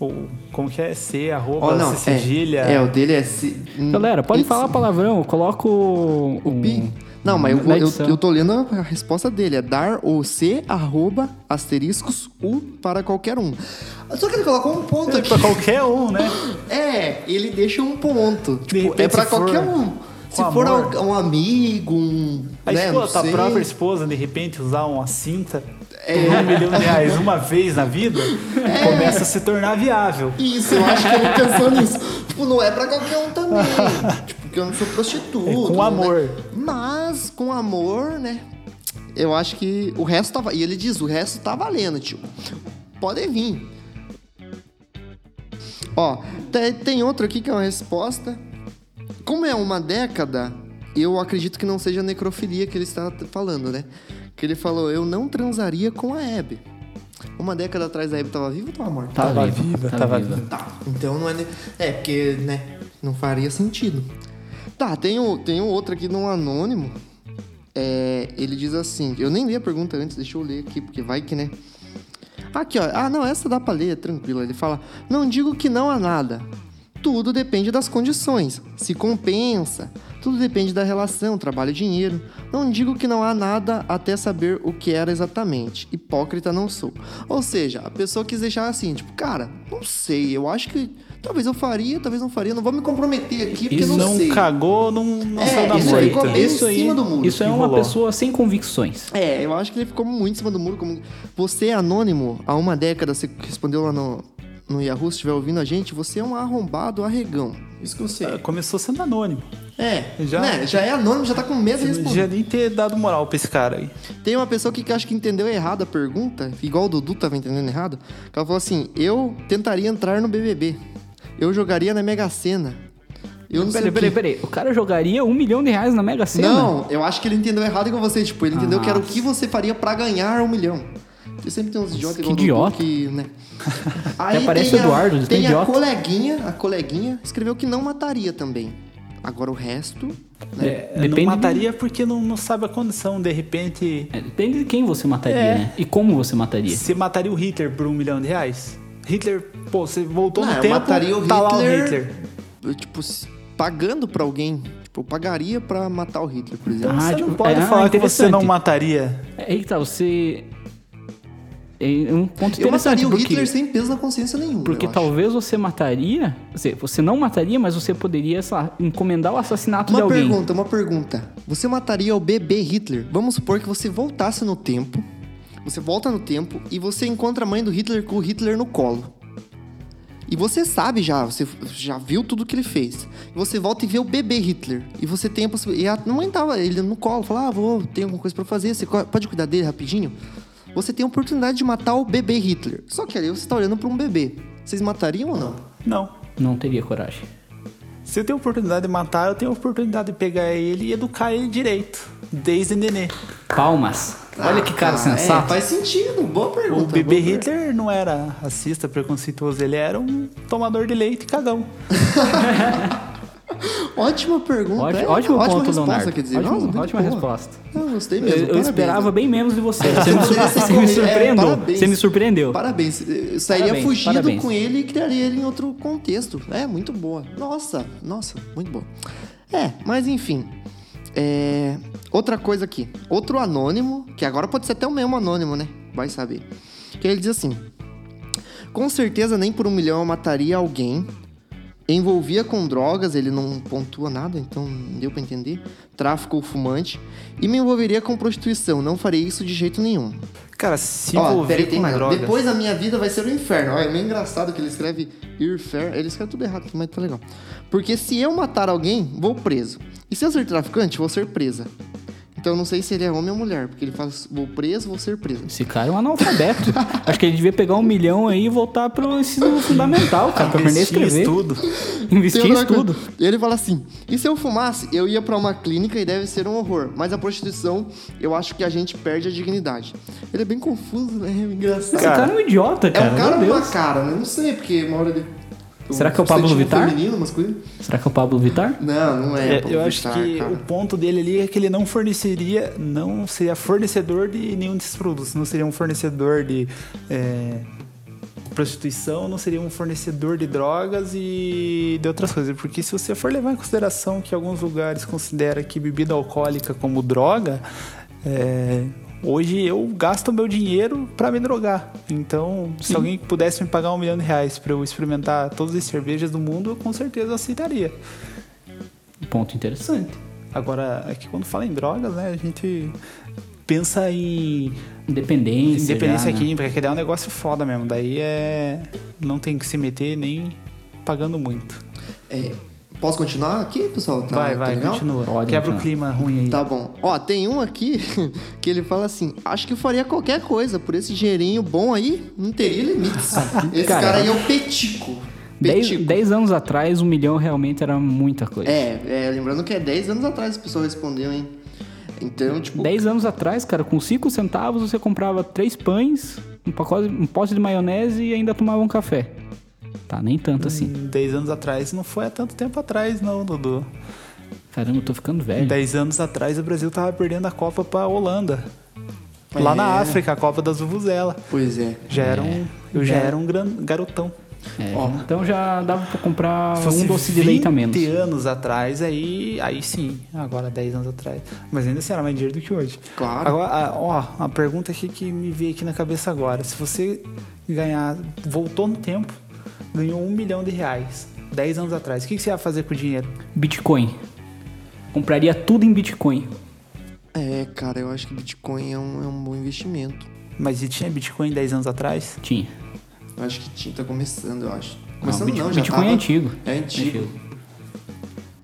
Speaker 3: Ou como que é? C, arroba,
Speaker 2: Ó, não.
Speaker 3: C, cedilha.
Speaker 2: É, é, o dele é. C...
Speaker 1: Galera, pode
Speaker 2: It's-
Speaker 1: falar palavrão, eu coloco
Speaker 2: O
Speaker 1: o
Speaker 2: pi. Não, mas eu,
Speaker 1: na
Speaker 2: eu,
Speaker 1: edição.
Speaker 2: eu tô lendo a resposta dele. É dar o C, arroba, asteriscos, U para qualquer um. Só que ele colocou um ponto aqui.
Speaker 3: Pra qualquer um, né?
Speaker 2: É, ele deixa um ponto.
Speaker 3: De
Speaker 2: Tipo,
Speaker 3: repente,
Speaker 2: é pra
Speaker 3: se for
Speaker 2: qualquer um. Se for
Speaker 3: amor.
Speaker 2: al- um amigo, um.
Speaker 3: A
Speaker 2: né, não
Speaker 3: esposa, a
Speaker 2: sei. É.
Speaker 3: própria esposa, de repente, usar uma cinta por um milhão de reais uma vez na vida, começa a se tornar viável.
Speaker 2: Isso, eu acho que ele pensou nisso. Tipo, não é pra qualquer um também. tipo, porque eu não sou prostituto.
Speaker 3: É com
Speaker 2: né?
Speaker 3: amor.
Speaker 2: Mas, com amor, né? Eu acho que o resto tava. E ele diz: o resto tá valendo, tio. Pode vir. Ó, te- tem outro aqui que é uma resposta. Como é uma década, eu acredito que não seja necrofilia que ele está t- falando, né? Que ele falou: eu não transaria com a Hebe. Uma década atrás a Hebe tava viva ou tava morta?
Speaker 1: Tava
Speaker 3: viva,
Speaker 1: tá
Speaker 3: tava
Speaker 1: viva.
Speaker 3: viva.
Speaker 2: Tá, então não é. ne- É, porque, né? Não faria sentido. Tá, tem, o, tem um outro aqui num anônimo. É, ele diz assim: Eu nem li a pergunta antes, deixa eu ler aqui, porque vai que, né? Aqui, ó. Ah, não, essa dá pra ler, é tranquilo. Ele fala: Não digo que não há nada. Tudo depende das condições. Se compensa. Tudo depende da relação, trabalho e dinheiro. Não digo que não há nada até saber o que era exatamente. Hipócrita não sou. Ou seja, a pessoa quis deixar assim, tipo, cara, não sei, eu acho que talvez eu faria, talvez não faria, não vou me comprometer aqui porque
Speaker 1: Isso
Speaker 2: eu não,
Speaker 3: Não
Speaker 2: sei.
Speaker 3: cagou, não, não
Speaker 2: É,
Speaker 3: saiu da
Speaker 2: isso aí, ficou
Speaker 3: moita.
Speaker 2: bem em cima do muro
Speaker 1: isso é
Speaker 3: que
Speaker 1: uma
Speaker 3: rolou.
Speaker 1: pessoa sem convicções.
Speaker 2: É, eu acho que ele ficou muito em cima do muro. Como... Você é anônimo há uma década, você respondeu lá no, no Yahoo, se estiver ouvindo a gente, você é um arrombado arregão. Isso que eu sei.
Speaker 3: Começou sendo anônimo.
Speaker 2: É, já,
Speaker 3: Já-
Speaker 2: né, já é anônimo, já tá com medo de
Speaker 3: Não
Speaker 2: responder.
Speaker 3: devia nem ter dado moral pra esse cara aí.
Speaker 2: Tem uma pessoa que que acho que entendeu errado a pergunta, igual o Dudu tava entendendo errado, que ela falou assim: eu tentaria entrar no BBB, eu jogaria na Mega Sena. Eu não sei.
Speaker 1: Peraí,
Speaker 2: o
Speaker 1: peraí,
Speaker 2: quê."
Speaker 1: peraí. O cara jogaria um milhão de reais na Mega Sena?
Speaker 2: Não, eu acho que ele entendeu errado igual você. Tipo, ele entendeu
Speaker 1: Ah.
Speaker 2: que era o que você faria pra ganhar um milhão. Eu sempre tem uns idiotas
Speaker 1: que
Speaker 2: igual o Dudu
Speaker 1: idiota.
Speaker 2: que, né? Aí
Speaker 1: parece
Speaker 2: tem a-
Speaker 1: Eduardo, ele tá
Speaker 2: tem a
Speaker 1: idiota.
Speaker 2: coleguinha, a coleguinha escreveu que não mataria também. Agora o resto, né?
Speaker 1: É,
Speaker 3: Eu
Speaker 1: depende,
Speaker 3: Não mataria porque não, não sabe a condição. De repente,
Speaker 1: é, depende de quem você mataria,
Speaker 3: É.
Speaker 1: né? E como você mataria.
Speaker 3: você mataria o Hitler por um milhão de reais? Hitler, pô, você voltou
Speaker 2: Não,
Speaker 3: no
Speaker 2: eu
Speaker 3: tempo,
Speaker 2: né, mataria o
Speaker 3: tá lá o
Speaker 2: Hitler.
Speaker 3: Hitler.
Speaker 2: Eu, tipo, s- pagando pra alguém. Tipo, eu pagaria pra matar o Hitler, por exemplo.
Speaker 1: Ah,
Speaker 3: você
Speaker 1: tipo,
Speaker 3: não pode
Speaker 1: ah,
Speaker 3: falar que você
Speaker 1: interessante.
Speaker 3: não mataria.
Speaker 1: É, É, aí que tá, você. É um ponto
Speaker 2: Eu
Speaker 1: interessante.
Speaker 2: mataria o
Speaker 1: porque
Speaker 2: Hitler sem peso na consciência nenhuma.
Speaker 1: porque tá
Speaker 2: eu acho.
Speaker 1: talvez você mataria. quer dizer, Você não mataria, mas você poderia, sei lá, encomendar o assassinato de
Speaker 2: Uma
Speaker 1: alguém.
Speaker 2: pergunta, uma pergunta. Você mataria o bebê Hitler? Vamos supor que você voltasse no tempo. Você volta no tempo e você encontra a mãe do Hitler com o Hitler no colo. E você sabe já, você já viu tudo que ele fez. E você volta e vê o bebê Hitler. E você tem a possibilidade. E a mãe tava ele no colo, fala: Ah, vou, tem alguma coisa pra fazer, você co- pode cuidar dele rapidinho? Você tem a oportunidade de matar o bebê Hitler. Só que ali você tá olhando pra um bebê. Vocês matariam ou não?
Speaker 3: Não.
Speaker 1: Não teria coragem.
Speaker 3: Se eu tenho a oportunidade de matar, eu tenho a oportunidade de pegar ele e educar ele direito. Desde nenê.
Speaker 1: Palmas. Olha que cara
Speaker 2: Ah,
Speaker 1: sensato.
Speaker 2: É, faz sentido, boa
Speaker 3: O
Speaker 2: pergunta.
Speaker 3: bebê
Speaker 2: boa per-
Speaker 3: Hitler não era racista, preconceituoso, ele era um tomador de leite cagão.
Speaker 2: Ótima pergunta.
Speaker 1: Ótimo,
Speaker 2: é,
Speaker 1: ótimo
Speaker 2: ótima
Speaker 1: ponto,
Speaker 2: resposta,
Speaker 1: Leonardo.
Speaker 2: quer dizer.
Speaker 1: Ótimo-
Speaker 2: Nossa, muito
Speaker 1: ótima
Speaker 2: boa.
Speaker 1: resposta.
Speaker 2: Eu gostei
Speaker 1: Eu,
Speaker 2: mesmo.
Speaker 1: eu
Speaker 2: parabéns,
Speaker 1: esperava
Speaker 2: né?
Speaker 1: bem menos de você. Você me, sur-
Speaker 2: Poderia ser
Speaker 1: você
Speaker 2: como-
Speaker 1: me
Speaker 2: é,
Speaker 1: surpreendeu.
Speaker 2: parabéns.
Speaker 1: você me surpreendeu.
Speaker 2: Parabéns. Eu sairia
Speaker 1: Parabéns,
Speaker 2: fugido
Speaker 1: parabéns.
Speaker 2: com ele e criaria ele em outro contexto. É, muito boa. Nossa, nossa, muito boa. É, mas enfim. É, Outra coisa aqui. Outro anônimo, que agora pode ser até o mesmo anônimo, né? Vai saber. Que ele diz assim. Com certeza nem por um milhão eu mataria alguém. Envolvia com drogas, ele não pontua nada, então não deu pra entender. Tráfico ou fumante. E me envolveria com prostituição, não farei isso de jeito nenhum.
Speaker 3: Cara, se
Speaker 2: Ó,
Speaker 3: envolver
Speaker 2: peraí, tem
Speaker 3: com
Speaker 2: mais.
Speaker 3: drogas...
Speaker 2: Depois a minha vida vai ser o inferno. Ó, é meio engraçado que ele escreve inferno. Ele escreve tudo errado, mas tá legal. Porque se eu matar alguém, vou preso. E se eu ser traficante, vou ser presa. Então eu não sei se ele é homem ou mulher, porque ele fala vou preso, vou ser preso.
Speaker 1: Esse cara é um analfabeto. Acho que ele devia pegar um milhão aí e voltar pro ensino fundamental, cara, pra aprender a
Speaker 3: investir em
Speaker 1: escrever.
Speaker 3: estudo.
Speaker 1: Investir
Speaker 2: Tem um
Speaker 1: em
Speaker 2: outra
Speaker 1: é estudo.
Speaker 2: coisa. Ele fala assim: e se eu fumasse, eu ia pra uma clínica e deve ser um horror. Mas a prostituição, eu acho que a gente perde a dignidade. Ele é bem confuso, né? É engraçado.
Speaker 1: Esse cara é um idiota,
Speaker 2: é
Speaker 1: cara.
Speaker 2: um cara ou
Speaker 1: Meu
Speaker 2: uma
Speaker 1: Deus.
Speaker 2: cara, né? Não sei, porque uma hora ele.
Speaker 1: Será que é o Pablo
Speaker 2: substantivo
Speaker 1: Vittar?
Speaker 2: Feminino, masculino?
Speaker 1: Será que é o Pablo Vittar?
Speaker 2: Não, não é.
Speaker 3: É,
Speaker 2: Pablo
Speaker 3: eu acho
Speaker 2: Vittar,
Speaker 3: que
Speaker 2: cara.
Speaker 3: o ponto dele ali é que ele não forneceria, não seria fornecedor de nenhum desses produtos, não seria um fornecedor de é, prostituição, não seria um fornecedor de drogas e de outras coisas. Porque se você for levar em consideração que alguns lugares consideram que bebida alcoólica como droga, é, hoje eu gasto meu dinheiro para me drogar. Então, se alguém pudesse me pagar um milhão de reais para eu experimentar todas as cervejas do mundo, eu com certeza aceitaria.
Speaker 1: Ponto interessante.
Speaker 3: Agora, é que quando fala em drogas, né, a gente pensa em
Speaker 1: Independência.
Speaker 3: independência
Speaker 1: já, né?
Speaker 3: química, que daí é um negócio foda mesmo. Daí é. Não tem que se meter nem pagando muito.
Speaker 2: É, posso continuar aqui, pessoal? Tá-
Speaker 3: vai,
Speaker 2: tá
Speaker 3: vai,
Speaker 2: legal?
Speaker 3: continua.
Speaker 1: Pode
Speaker 3: Quebra o
Speaker 1: continuar.
Speaker 3: clima ruim aí.
Speaker 2: Tá bom. Ó, tem um aqui que ele fala assim: acho que eu faria qualquer coisa por esse dinheirinho bom aí, não teria limites. Esse cara,
Speaker 1: Cara.
Speaker 2: aí é o Petico.
Speaker 1: Dez, dez anos atrás, um milhão realmente era muita coisa.
Speaker 2: É, é, lembrando que é 10 anos atrás o pessoal respondeu, hein? Então, tipo,
Speaker 1: 10 anos atrás, cara, com 5 centavos você comprava três pães, um pacote, um pote de maionese e ainda tomava um café. Tá, nem tanto assim.
Speaker 3: Dez anos atrás, não foi há tanto tempo atrás, não, Dudu.
Speaker 1: Caramba, eu tô ficando velho.
Speaker 3: Dez anos atrás, o Brasil tava perdendo a Copa pra Holanda. Lá na
Speaker 2: É.
Speaker 3: África, a Copa das Vuvuzela.
Speaker 2: pois é.
Speaker 3: Já era um, eu já era um gran, garotão.
Speaker 1: É,
Speaker 2: Ó.
Speaker 1: então já dava pra comprar
Speaker 3: Se fosse
Speaker 1: um doce de leite a menos.
Speaker 3: 20 anos atrás, aí, aí sim. Agora, 10 anos atrás. Mas ainda será mais dinheiro do que hoje.
Speaker 2: Claro.
Speaker 3: Agora, a- ó, uma pergunta aqui que me veio aqui na cabeça agora. Se você ganhar, voltou no tempo, ganhou um milhão de reais, 10 anos atrás, o que, que você ia fazer com o dinheiro?
Speaker 1: Bitcoin. Compraria tudo em Bitcoin.
Speaker 2: É, cara, eu acho que Bitcoin é um, é um bom investimento.
Speaker 3: Mas e tinha Bitcoin 10 anos atrás?
Speaker 1: Tinha.
Speaker 2: Eu acho que tinha, tá começando, eu acho.
Speaker 1: Não,
Speaker 2: Começando não,
Speaker 1: Bit-
Speaker 2: já
Speaker 1: Bitcoin é
Speaker 2: tava-
Speaker 1: antigo.
Speaker 2: É antigo.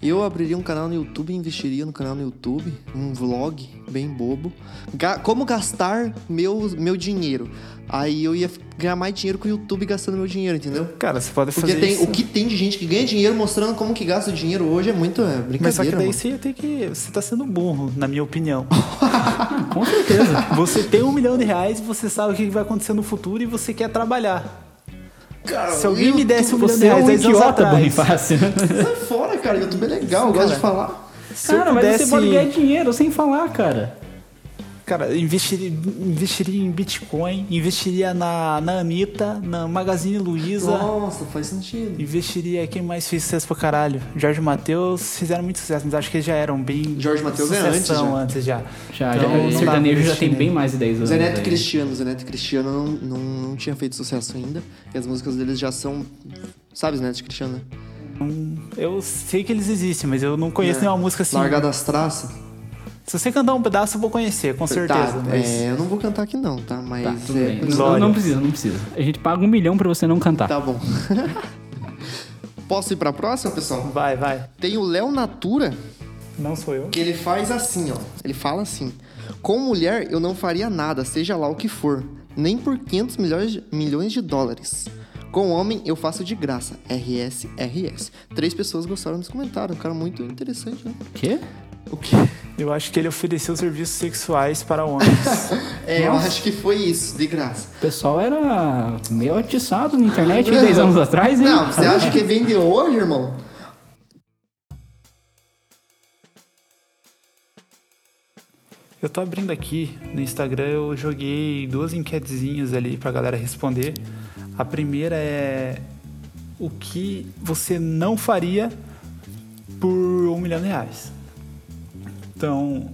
Speaker 2: Eu abriria um canal no YouTube, investiria no canal no YouTube, um vlog bem bobo. Ga- como gastar meu, meu dinheiro. Aí eu ia f- ganhar mais dinheiro com o YouTube gastando meu dinheiro, entendeu?
Speaker 3: Cara, você pode
Speaker 2: Porque
Speaker 3: fazer
Speaker 2: tem,
Speaker 3: isso.
Speaker 2: o que tem de gente que ganha dinheiro mostrando como que gasta o dinheiro hoje é muito é, brincadeira.
Speaker 3: Mas
Speaker 1: né,
Speaker 3: só que daí
Speaker 2: mano.
Speaker 3: você ia ter que. Você tá sendo burro, na minha opinião.
Speaker 1: Com certeza.
Speaker 3: Você tem um milhão de reais, você sabe o que vai acontecer no futuro e você quer trabalhar.
Speaker 2: Cara,
Speaker 3: Se alguém
Speaker 2: o
Speaker 3: me desse um milhão de
Speaker 1: Você é
Speaker 3: reais,
Speaker 1: um
Speaker 3: 10 anos
Speaker 1: idiota,
Speaker 3: atrás.
Speaker 1: Bonifácio.
Speaker 2: Sai fora, cara. O YouTube é legal, eu gosto de falar.
Speaker 3: Se eu
Speaker 1: cara, mas
Speaker 3: pudesse,
Speaker 1: você pode ganhar dinheiro sem falar, cara.
Speaker 3: Cara, investiria, investiria em Bitcoin, investiria na, na Anitta, na Magazine Luiza.
Speaker 2: Nossa, faz sentido.
Speaker 3: Investiria quem mais fez sucesso pra caralho. Jorge Matheus fizeram muito sucesso, mas acho que eles já eram bem.
Speaker 2: Jorge Mateus é
Speaker 3: sucessão antes já.
Speaker 1: Já,
Speaker 3: Então,
Speaker 1: já,
Speaker 3: não
Speaker 1: o
Speaker 3: dá
Speaker 1: sertanejo
Speaker 3: pra
Speaker 1: já tem
Speaker 3: investir
Speaker 1: bem
Speaker 3: nele.
Speaker 1: mais de 10 anos.
Speaker 2: Zé é Neto
Speaker 1: aí.
Speaker 2: Cristiano, Zé Neto Cristiano não, não, não tinha feito sucesso ainda. E as músicas deles já são. Sabe, Zé Neto Cristiano? né?
Speaker 3: Eu sei que eles existem, mas eu não conheço
Speaker 2: É.
Speaker 3: nenhuma música assim.
Speaker 2: Largada das traças.
Speaker 3: Se você cantar um pedaço, eu vou conhecer, com certeza.
Speaker 2: Tá,
Speaker 3: mas-
Speaker 2: é, eu não vou cantar aqui não, tá? Mas.
Speaker 1: Tá, tudo
Speaker 2: é,
Speaker 1: bem.
Speaker 2: continua-
Speaker 1: Não,
Speaker 3: Olha.
Speaker 1: não precisa, não precisa. A gente paga um milhão pra você não cantar.
Speaker 2: Tá bom. Posso ir pra próxima, pessoal?
Speaker 3: Vai, vai.
Speaker 2: Tem o Léo Natura,
Speaker 3: Não sou eu.
Speaker 2: que ele faz assim, ó. Ele fala assim: Com mulher eu não faria nada, seja lá o que for, nem por 500 milhões de, milhões de dólares. Com homem eu faço de graça. RS, RS. Três pessoas gostaram dos comentários. Um cara muito interessante, né?
Speaker 1: Quê?
Speaker 2: O quê?
Speaker 3: Eu acho que ele ofereceu serviços sexuais para homens.
Speaker 2: É, eu acho que foi isso, de graça.
Speaker 1: O pessoal era meio atiçado na internet 10 É anos atrás, hein?
Speaker 2: Não, você acha que vem de hoje, irmão?
Speaker 3: eu tô abrindo aqui no Instagram, eu joguei duas enquetezinhas ali pra galera responder. A primeira é o que você não faria por um milhão de reais. Então,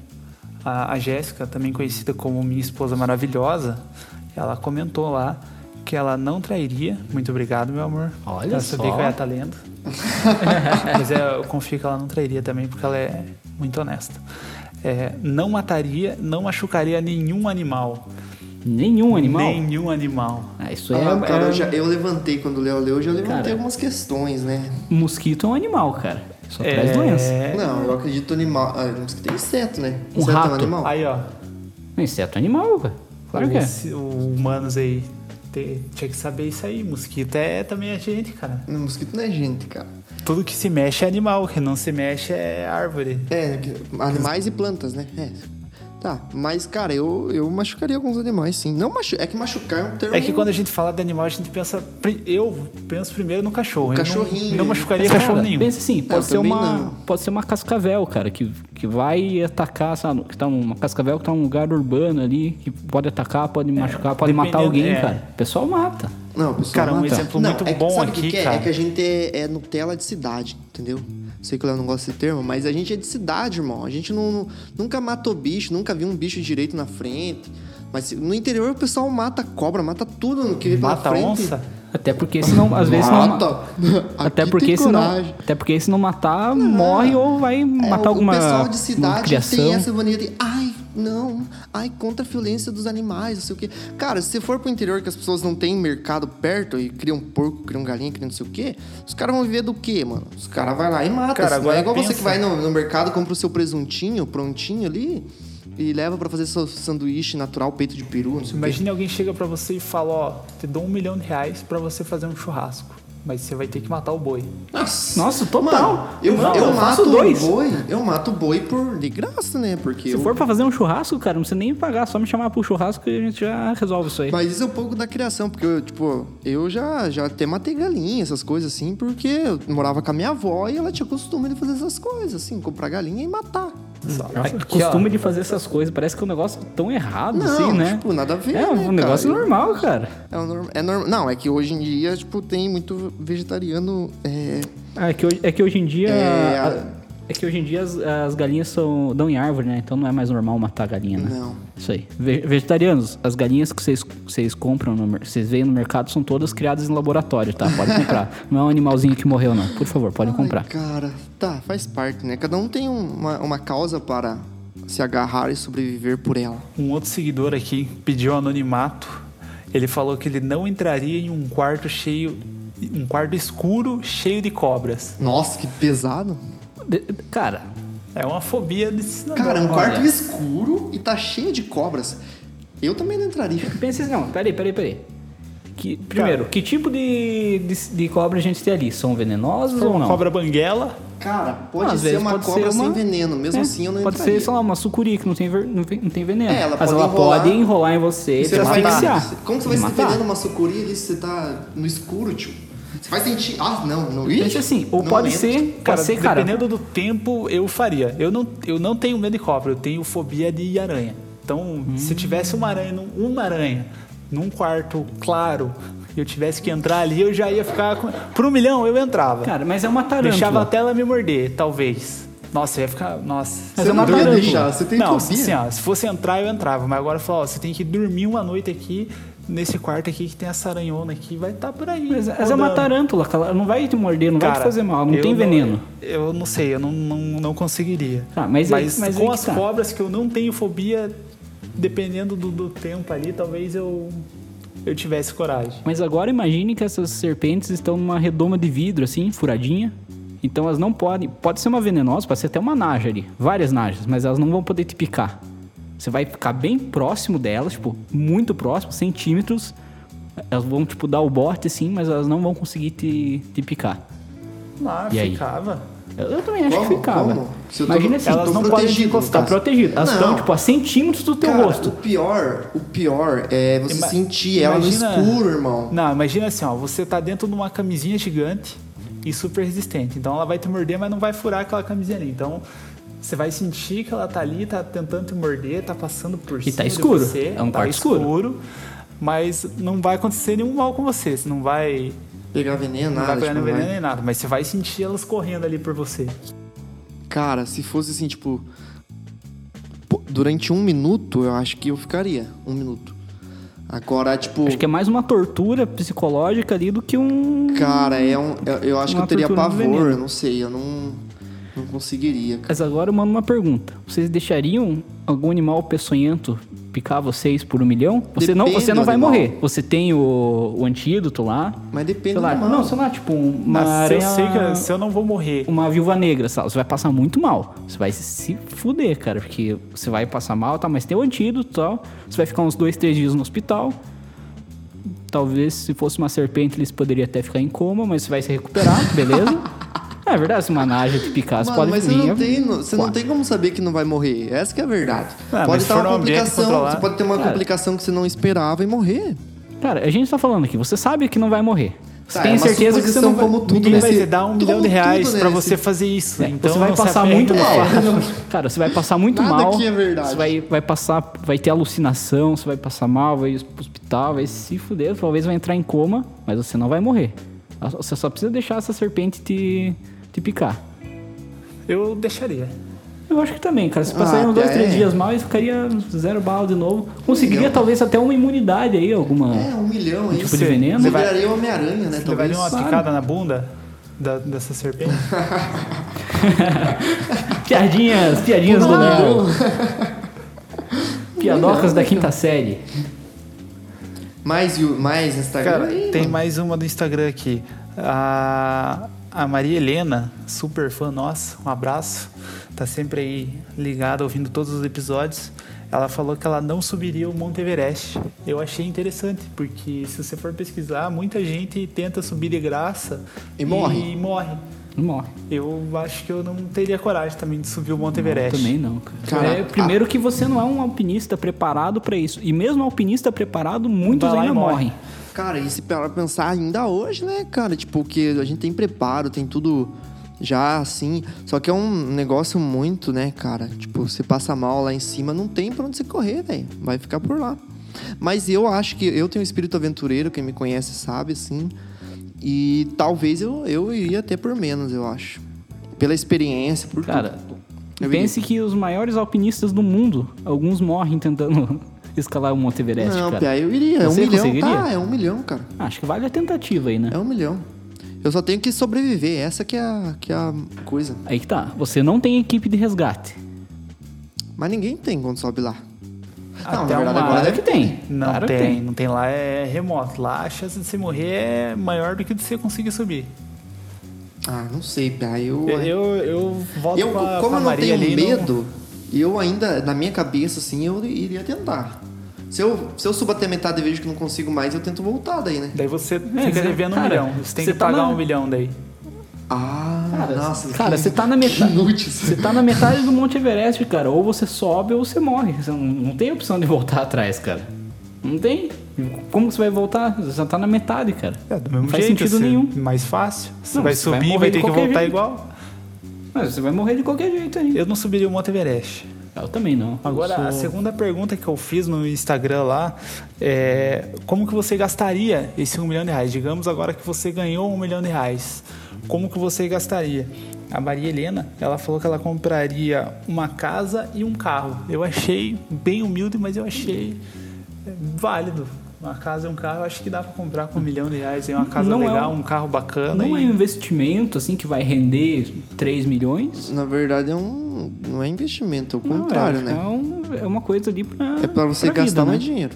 Speaker 3: a, a Jéssica, também conhecida como minha esposa maravilhosa, ela comentou lá que ela não trairia. Muito obrigado, meu amor.
Speaker 1: Olha
Speaker 3: ela
Speaker 1: só.
Speaker 3: sabia que eu ia estar lendo. é Mas é, eu confio que ela não trairia também, porque ela é muito honesta. É, não mataria, não machucaria nenhum animal.
Speaker 1: Nenhum animal.
Speaker 3: Nenhum animal.
Speaker 1: Ah, isso é,
Speaker 2: Ah, cara,
Speaker 1: é-
Speaker 2: eu, já- eu levantei quando o Léo leu, eu já levantei
Speaker 1: Cara.
Speaker 2: algumas questões, né?
Speaker 1: Mosquito é um animal, cara. Só traz
Speaker 3: É,
Speaker 1: doença.
Speaker 2: Não, eu acredito animal. Ah, não que tem inseto, né?
Speaker 1: Um
Speaker 2: inseto é um
Speaker 1: rato.
Speaker 2: animal.
Speaker 3: Aí, ó.
Speaker 1: Inseto é animal, cara. Claro que é.
Speaker 3: os humanos aí te- tinha que saber isso aí. Mosquito é também a gente, cara.
Speaker 2: Não, mosquito não é gente, cara.
Speaker 3: Tudo que se mexe é animal, o que não se mexe é árvore.
Speaker 2: É, que- animais e plantas, né? É. Tá, mas, cara, eu, eu machucaria alguns animais, sim. Não machu... É que machucar é um termo.
Speaker 3: É que quando a gente fala de animal, a gente pensa. pri- Eu penso primeiro no cachorro. eu não-
Speaker 2: Cachorrinho.
Speaker 3: Não, machucaria
Speaker 1: Cara,
Speaker 3: cachorro nenhum.
Speaker 1: Pensa assim, pode,
Speaker 2: É, eu
Speaker 1: ser
Speaker 2: também
Speaker 1: uma,
Speaker 2: não.
Speaker 1: pode ser uma cascavel, cara, que, que vai atacar, sabe? Que tá um- uma cascavel que tá num lugar urbano ali, que pode atacar, pode machucar, pode matar
Speaker 3: dependendo-
Speaker 1: alguém,
Speaker 3: é.
Speaker 1: cara. O pessoal mata.
Speaker 2: Não, pessoal.
Speaker 3: Cara, um
Speaker 1: mata.
Speaker 3: exemplo muito
Speaker 2: é que-
Speaker 3: bom
Speaker 2: sabe o que
Speaker 3: aqui,
Speaker 2: que é?
Speaker 3: cara.
Speaker 2: É que a gente é, é Nutella de cidade, entendeu? Sei que o Léo não gosta desse termo, mas a gente é de cidade, irmão. A gente não, não- nunca matou bicho, nunca viu um bicho direito na frente. Mas se- no interior o pessoal mata cobra, mata tudo no que vem pela
Speaker 3: Mata
Speaker 2: frente.
Speaker 3: onça.
Speaker 1: Até porque se não, às vezes não.
Speaker 2: Mata.
Speaker 1: Até
Speaker 2: Aqui
Speaker 1: porque,
Speaker 2: tem
Speaker 1: se não,
Speaker 2: coragem.
Speaker 1: até porque se não matar, morre ou vai
Speaker 2: É,
Speaker 1: matar
Speaker 2: o-
Speaker 1: alguma
Speaker 2: O pessoal de
Speaker 1: alguma
Speaker 2: cidade
Speaker 1: criação.
Speaker 2: tem essa mania de ai, não, ai, contra a violência dos animais, não sei o quê. Cara, se você for pro interior que as pessoas não têm mercado perto e criam um porco, criam galinha, criam não sei o quê, os caras vão viver do quê, mano? Os caras vão lá e matam.
Speaker 3: Cara,
Speaker 2: assim,
Speaker 3: agora
Speaker 2: não é igual
Speaker 3: pensa.
Speaker 2: você que vai no, no mercado, compra o seu presuntinho prontinho ali e leva pra fazer seu sanduíche natural, peito de peru, não sei o quê.
Speaker 3: Imagina alguém chega pra você e fala: Ó, te dou um milhão de reais pra você fazer um churrasco. Mas você vai ter que matar o boi.
Speaker 1: Hum,
Speaker 2: Nossa,
Speaker 1: Nossa, total.
Speaker 2: eu,
Speaker 1: Não,
Speaker 2: eu,
Speaker 1: eu faço
Speaker 2: mato o
Speaker 1: dois.
Speaker 2: boi. Eu mato o boi por de graça, né? Porque
Speaker 1: Se
Speaker 2: eu
Speaker 1: for pra fazer um churrasco, cara, não precisa nem pagar, só me chamar pro churrasco e a gente já resolve isso aí.
Speaker 2: Mas isso é um pouco da criação, porque eu, tipo, eu já, já até matei galinha, essas coisas assim, porque eu morava com a minha avó e ela tinha costume de fazer essas coisas, assim, comprar galinha e matar.
Speaker 1: Ai, que
Speaker 3: Aqui, ó.
Speaker 1: costume de fazer essas coisas, parece que é um negócio tão errado
Speaker 2: Não,
Speaker 1: assim, né?
Speaker 2: tipo, nada a ver,
Speaker 1: É
Speaker 2: né,
Speaker 1: um
Speaker 2: cara?
Speaker 1: negócio
Speaker 2: Eu-
Speaker 1: normal, cara.
Speaker 2: É, o norm- é norm- Não, é que hoje em dia, tipo, tem muito vegetariano. É...
Speaker 1: Ah, é, que hoje, é que hoje em dia.
Speaker 2: É,
Speaker 1: a- é que hoje em dia as, as galinhas são, dão em árvore, né? Então não é mais normal matar galinha, né?
Speaker 2: Não.
Speaker 1: Isso aí. Ve- vegetarianos, as galinhas que vocês- vocês compram, no mer- vocês veem no mercado, são todas criadas em laboratório, tá? Pode comprar. não é um animalzinho que morreu, não. Por favor, podem comprar.
Speaker 2: Ai, cara, tá, faz parte, né? Cada um tem uma, uma causa para se agarrar e sobreviver por ela.
Speaker 3: Um outro seguidor aqui pediu um anonimato. Ele falou que ele não entraria em um quarto cheio. Um quarto escuro cheio de cobras.
Speaker 2: Nossa, que pesado.
Speaker 1: De- Cara,
Speaker 3: É uma fobia desse negócio.
Speaker 2: Cara, um quarto escuro e tá cheio de cobras. Eu também não entraria.
Speaker 1: pensa assim, não, peraí, peraí, peraí. Que, primeiro, que tipo de, de, de cobra a gente tem ali? São venenosas ou
Speaker 3: Uma
Speaker 1: não?
Speaker 3: cobra banguela.
Speaker 2: Cara, pode
Speaker 1: Às
Speaker 2: ser
Speaker 1: vezes
Speaker 2: uma
Speaker 1: pode
Speaker 2: cobra
Speaker 1: ser uma-
Speaker 2: sem veneno, mesmo
Speaker 1: É,
Speaker 2: assim eu não
Speaker 1: Pode
Speaker 2: entraria.
Speaker 1: ser, sei lá, uma sucuri que não tem, ver- não tem, não tem veneno.
Speaker 2: É, ela
Speaker 1: mas
Speaker 2: pode
Speaker 1: ela
Speaker 2: enrolar-
Speaker 1: pode enrolar em você,
Speaker 2: Você
Speaker 1: te
Speaker 2: vai-
Speaker 1: asfixiar.
Speaker 2: Como você vai
Speaker 1: te
Speaker 2: se
Speaker 1: matar.
Speaker 2: defendendo uma sucuri ali se você tá no escuro, tio? Você vai sentir. Ah, não, não. Ih,
Speaker 1: Pensa assim, ou
Speaker 2: não
Speaker 1: pode
Speaker 2: entro.
Speaker 1: ser, pode
Speaker 3: Cara,
Speaker 1: ser, cara.
Speaker 3: dependendo do tempo, eu faria. Eu não, eu não tenho medo de cobra, eu tenho fobia de aranha. Então,
Speaker 1: Hum.
Speaker 3: se eu tivesse uma aranha, num- uma aranha num quarto claro, e eu tivesse que entrar ali, eu já ia ficar com... Por um milhão, eu entrava.
Speaker 1: Cara, mas é uma tarântula.
Speaker 3: Deixava até ela me morder, talvez. Nossa, eu ia ficar... Nossa.
Speaker 2: Mas é
Speaker 3: eu
Speaker 2: uma
Speaker 3: não ia
Speaker 2: tarântula.
Speaker 3: deixar,
Speaker 2: Você tem
Speaker 3: Não,
Speaker 2: fobia?
Speaker 3: assim, ó, se fosse entrar, eu entrava. Mas agora eu falo, ó, você tem que dormir uma noite aqui, nesse quarto aqui, que tem essa aranhona aqui, vai estar por aí.
Speaker 1: Mas, mas é uma
Speaker 3: rodando.
Speaker 1: tarântula, cara. Ela Não vai te morder, não vai te
Speaker 3: Cara,
Speaker 1: fazer mal, não
Speaker 3: eu
Speaker 1: tem veneno.
Speaker 3: eu não sei, eu não, não, não conseguiria.
Speaker 1: Tá, mas aí- mas aí
Speaker 3: com
Speaker 1: que
Speaker 3: as
Speaker 1: tá.
Speaker 3: cobras que eu não tenho fobia, dependendo do, do tempo ali, talvez eu, eu tivesse coragem.
Speaker 1: Mas agora imagine que essas serpentes estão numa redoma de vidro, assim, furadinha. Então elas não podem. Pode ser uma venenosa, pode ser até uma naja ali. Várias najas, mas elas não vão poder te picar. Você vai ficar bem próximo delas, tipo, muito próximo, centímetros. Elas vão, tipo, dar o bote, assim, mas elas não vão conseguir te, te picar.
Speaker 3: Ah,
Speaker 1: E aí?
Speaker 3: ficava.
Speaker 1: Eu, eu também acho que
Speaker 2: Como?
Speaker 1: ficava.
Speaker 2: Como? Se eu tô-
Speaker 1: Imagina assim,
Speaker 2: eu tô
Speaker 1: elas não podem te
Speaker 2: protegido, no
Speaker 1: encostar,
Speaker 2: caso.
Speaker 1: protegido. Elas
Speaker 2: Não.
Speaker 1: estão, tipo, a centímetros do teu
Speaker 2: Cara,
Speaker 1: rosto.
Speaker 2: o pior, o pior é você
Speaker 3: Ima-
Speaker 2: sentir ela no
Speaker 3: imagina-
Speaker 2: escuro, irmão.
Speaker 3: Não, imagina assim, ó, você tá dentro de uma camisinha gigante e super resistente. Então ela vai te morder, mas não vai furar aquela camisinha ali. Então você vai sentir que ela tá ali, tá tentando te morder, tá passando por cima.
Speaker 1: tá
Speaker 3: de
Speaker 1: escuro.
Speaker 3: Você,
Speaker 1: É um
Speaker 3: tá
Speaker 1: quarto escuro.
Speaker 3: Mas não vai acontecer nenhum mal com você. Você não vai,
Speaker 2: Pegar veneno,
Speaker 3: não
Speaker 2: nada,
Speaker 3: vai pegar
Speaker 2: tipo,
Speaker 3: nenhum veneno
Speaker 2: vai-
Speaker 3: nem nada. Mas você vai sentir elas correndo ali por você.
Speaker 2: Cara, se fosse assim, tipo. pô, Durante um minuto, eu acho que eu ficaria. Um minuto. Agora, tipo.
Speaker 1: Acho que é mais uma tortura psicológica ali do que um.
Speaker 2: Cara, é um. Eu, eu acho que
Speaker 1: Uma
Speaker 2: eu teria
Speaker 1: tortura no veneno.
Speaker 2: pavor, eu não sei, eu não. Não conseguiria, cara.
Speaker 1: Mas agora eu mando uma pergunta. Vocês deixariam algum animal peçonhento picar vocês por um milhão? Você não,
Speaker 2: Depende
Speaker 1: você não
Speaker 2: do
Speaker 1: vai
Speaker 2: animal.
Speaker 1: morrer. Você tem o, o antídoto lá.
Speaker 2: Mas depende
Speaker 1: Sei lá,
Speaker 2: do mal.
Speaker 1: não, sei lá, tipo, uma
Speaker 3: Mas se eu
Speaker 1: aranha,
Speaker 3: sei
Speaker 2: é
Speaker 3: que se eu não vou morrer.
Speaker 1: uma viúva negra, sei lá, você vai passar muito mal. Você vai se fuder, cara, porque você vai passar mal, tá, mas tem o antídoto e tal. Você vai ficar uns dois, três dias no hospital. Talvez se fosse uma serpente, eles poderiam até ficar em coma, mas você vai se recuperar, beleza? É verdade, se uma naja te picar, você
Speaker 2: Mano,
Speaker 1: pode
Speaker 2: mas
Speaker 1: vir.
Speaker 2: você não,
Speaker 1: é-
Speaker 2: tem, no- você não
Speaker 1: Claro.
Speaker 2: tem como saber que não vai morrer. Essa que é a verdade.
Speaker 3: Ah, mas
Speaker 2: pode
Speaker 3: se
Speaker 2: estar
Speaker 3: for
Speaker 2: uma
Speaker 3: num ambiente
Speaker 2: complicação.
Speaker 3: controlado-
Speaker 2: Você pode ter uma
Speaker 1: Cara.
Speaker 2: complicação que você não esperava e morrer.
Speaker 1: Cara, a gente tá falando aqui, você sabe que não vai morrer. Você
Speaker 2: Tá,
Speaker 1: tem
Speaker 2: é uma
Speaker 1: certeza que você não vai...
Speaker 2: suposição como tudo,
Speaker 3: Ninguém
Speaker 2: né?
Speaker 3: vai
Speaker 2: Esse-
Speaker 3: te dar um
Speaker 2: como
Speaker 3: milhão de
Speaker 2: tudo,
Speaker 3: reais
Speaker 2: né?
Speaker 3: pra
Speaker 2: Esse-
Speaker 3: você fazer isso.
Speaker 1: É,
Speaker 3: Então
Speaker 1: você vai
Speaker 3: não se
Speaker 1: passar
Speaker 3: apegue.
Speaker 1: muito mal. Cara, você vai passar muito
Speaker 2: Nada
Speaker 1: mal.
Speaker 2: aqui é verdade.
Speaker 1: Você vai, vai passar, vai ter alucinação, você vai passar mal, vai ir pro hospital, vai se fuder, talvez vai entrar em coma, mas você não vai morrer. Você só precisa deixar essa serpente te, te picar.
Speaker 3: Eu deixaria.
Speaker 1: Eu acho que também, cara. Se
Speaker 2: Ah,
Speaker 1: passaria uns dois,
Speaker 2: é.
Speaker 1: três dias mal, e ficaria zero bala de novo. Conseguiria
Speaker 2: Legal.
Speaker 1: talvez até uma imunidade aí, alguma.
Speaker 2: É, um milhão, é
Speaker 1: tipo
Speaker 2: isso.
Speaker 1: de veneno.
Speaker 2: Você
Speaker 3: Você vai-
Speaker 2: viraria o Homem-Aranha, né?
Speaker 3: Você um levaria
Speaker 2: Talvez.
Speaker 3: uma picada na bunda da- dessa serpente?
Speaker 1: Piadinhas, piadinhas do Léo. Piadocas da quinta série.
Speaker 2: Mais, you- mais Instagram.
Speaker 3: Cara,
Speaker 2: aí,
Speaker 3: tem
Speaker 2: É. mano.
Speaker 3: mais uma do Instagram aqui. A, a Maria Helena, super fã nossa, um abraço. Tá sempre aí ligada, ouvindo todos os episódios. Ela falou que ela não subiria o Monte Everest. Eu achei interessante, porque se você for pesquisar, muita gente tenta subir de graça
Speaker 2: E morre.
Speaker 3: E morre.
Speaker 1: Não morre.
Speaker 3: Eu acho que eu não teria coragem também de subir o Monte Everest.
Speaker 1: Também não, cara.
Speaker 2: Cara,
Speaker 1: É,
Speaker 2: a-
Speaker 1: primeiro que você não é um alpinista preparado pra isso. E mesmo alpinista preparado, muitos
Speaker 3: Vai lá
Speaker 1: ainda
Speaker 3: e morre.
Speaker 1: morrem.
Speaker 2: Cara, e se parar pra pensar ainda hoje, né, cara? Tipo, que a gente tem preparo, tem tudo já assim. Só que é um negócio muito, né, cara? Tipo, você passa mal lá em cima, não tem pra onde você correr, velho. Vai ficar por lá. Mas eu acho que eu tenho um espírito aventureiro, quem me conhece sabe, assim. E talvez eu, eu iria até por menos, eu acho. Pela experiência, por
Speaker 1: Cara,
Speaker 2: Eu vi.
Speaker 1: pense que os maiores alpinistas do mundo, alguns morrem tentando escalar o Monte
Speaker 2: tudo.
Speaker 1: Everest,
Speaker 2: Não,
Speaker 1: cara.
Speaker 2: Pia, eu iria. É um
Speaker 1: Você
Speaker 2: milhão,
Speaker 1: conseguiria?
Speaker 2: tá? É um milhão, cara.
Speaker 1: Ah, Acho que vale a tentativa aí, né?
Speaker 2: É um milhão. Eu só tenho que sobreviver, essa que é a, que é a coisa.
Speaker 1: Aí que tá. Você não tem equipe de resgate.
Speaker 2: Mas ninguém tem quando sobe lá. não,
Speaker 3: Até
Speaker 2: na verdade
Speaker 3: uma
Speaker 2: agora
Speaker 1: Claro
Speaker 2: deve
Speaker 1: que tem.
Speaker 3: Não
Speaker 1: claro que
Speaker 3: tem, não tem lá, é remoto. Lá a chance de você morrer é maior do que de você conseguir subir.
Speaker 2: Ah, não sei, Pia. Eu,
Speaker 3: Eu, eu, eu volto
Speaker 2: eu-
Speaker 3: com a, com
Speaker 2: como
Speaker 3: a
Speaker 2: eu não
Speaker 3: Maria
Speaker 2: tenho
Speaker 3: ali, não-
Speaker 2: medo, eu ainda, na minha cabeça, assim, eu iria tentar. Se eu, se eu subo até metade e vejo que não consigo mais, eu tento voltar daí, né?
Speaker 3: Daí você
Speaker 1: você-
Speaker 3: fica devendo um
Speaker 1: É, cara,
Speaker 3: milhão. Você tem
Speaker 1: você
Speaker 3: que
Speaker 1: tá
Speaker 3: pagar
Speaker 1: na-
Speaker 3: um milhão daí.
Speaker 2: Ah, nossa.
Speaker 1: Cara,
Speaker 2: que-
Speaker 1: você tá na
Speaker 2: que
Speaker 1: metade.
Speaker 2: inútil.
Speaker 1: Você tá na metade do Monte Everest, cara. Ou você sobe ou você morre. Você não, não tem opção de voltar atrás, cara. Não tem. Como que você vai voltar? Você já tá na metade, cara.
Speaker 3: É, do mesmo
Speaker 1: não faz
Speaker 3: jeito,
Speaker 1: sentido
Speaker 3: assim,
Speaker 1: nenhum.
Speaker 3: Mais fácil. Você
Speaker 1: Não,
Speaker 3: vai
Speaker 1: você vai
Speaker 3: subir,
Speaker 1: morrer
Speaker 3: vai
Speaker 1: de
Speaker 3: ter que
Speaker 1: qualquer
Speaker 3: voltar
Speaker 1: jeito.
Speaker 3: igual.
Speaker 1: Mas você vai morrer de qualquer jeito aí.
Speaker 3: Eu não subiria o Monte Everest.
Speaker 1: Eu também não.
Speaker 3: Agora,
Speaker 1: Eu
Speaker 3: a
Speaker 1: sou-
Speaker 3: segunda pergunta que eu fiz no Instagram lá é como que você gastaria esse um milhão de reais? Digamos agora que você ganhou um milhão de reais. Como que você gastaria? A Maria Helena, ela falou que ela compraria uma casa e um carro. Eu achei bem humilde, mas eu achei válido. Uma casa e um carro, eu acho que dá pra comprar com um milhão de reais. É uma casa
Speaker 1: Não é
Speaker 3: legal,
Speaker 1: um-
Speaker 3: um carro bacana.
Speaker 1: Não é
Speaker 3: e...
Speaker 1: um investimento assim que vai render 3 milhões.
Speaker 2: Na verdade, é um, não é investimento, é o
Speaker 1: tá- Não,
Speaker 2: contrário,
Speaker 1: é,
Speaker 2: né?
Speaker 1: É, um- é uma coisa ali pra.
Speaker 2: É pra você gastar
Speaker 1: vida, né?
Speaker 2: mais dinheiro.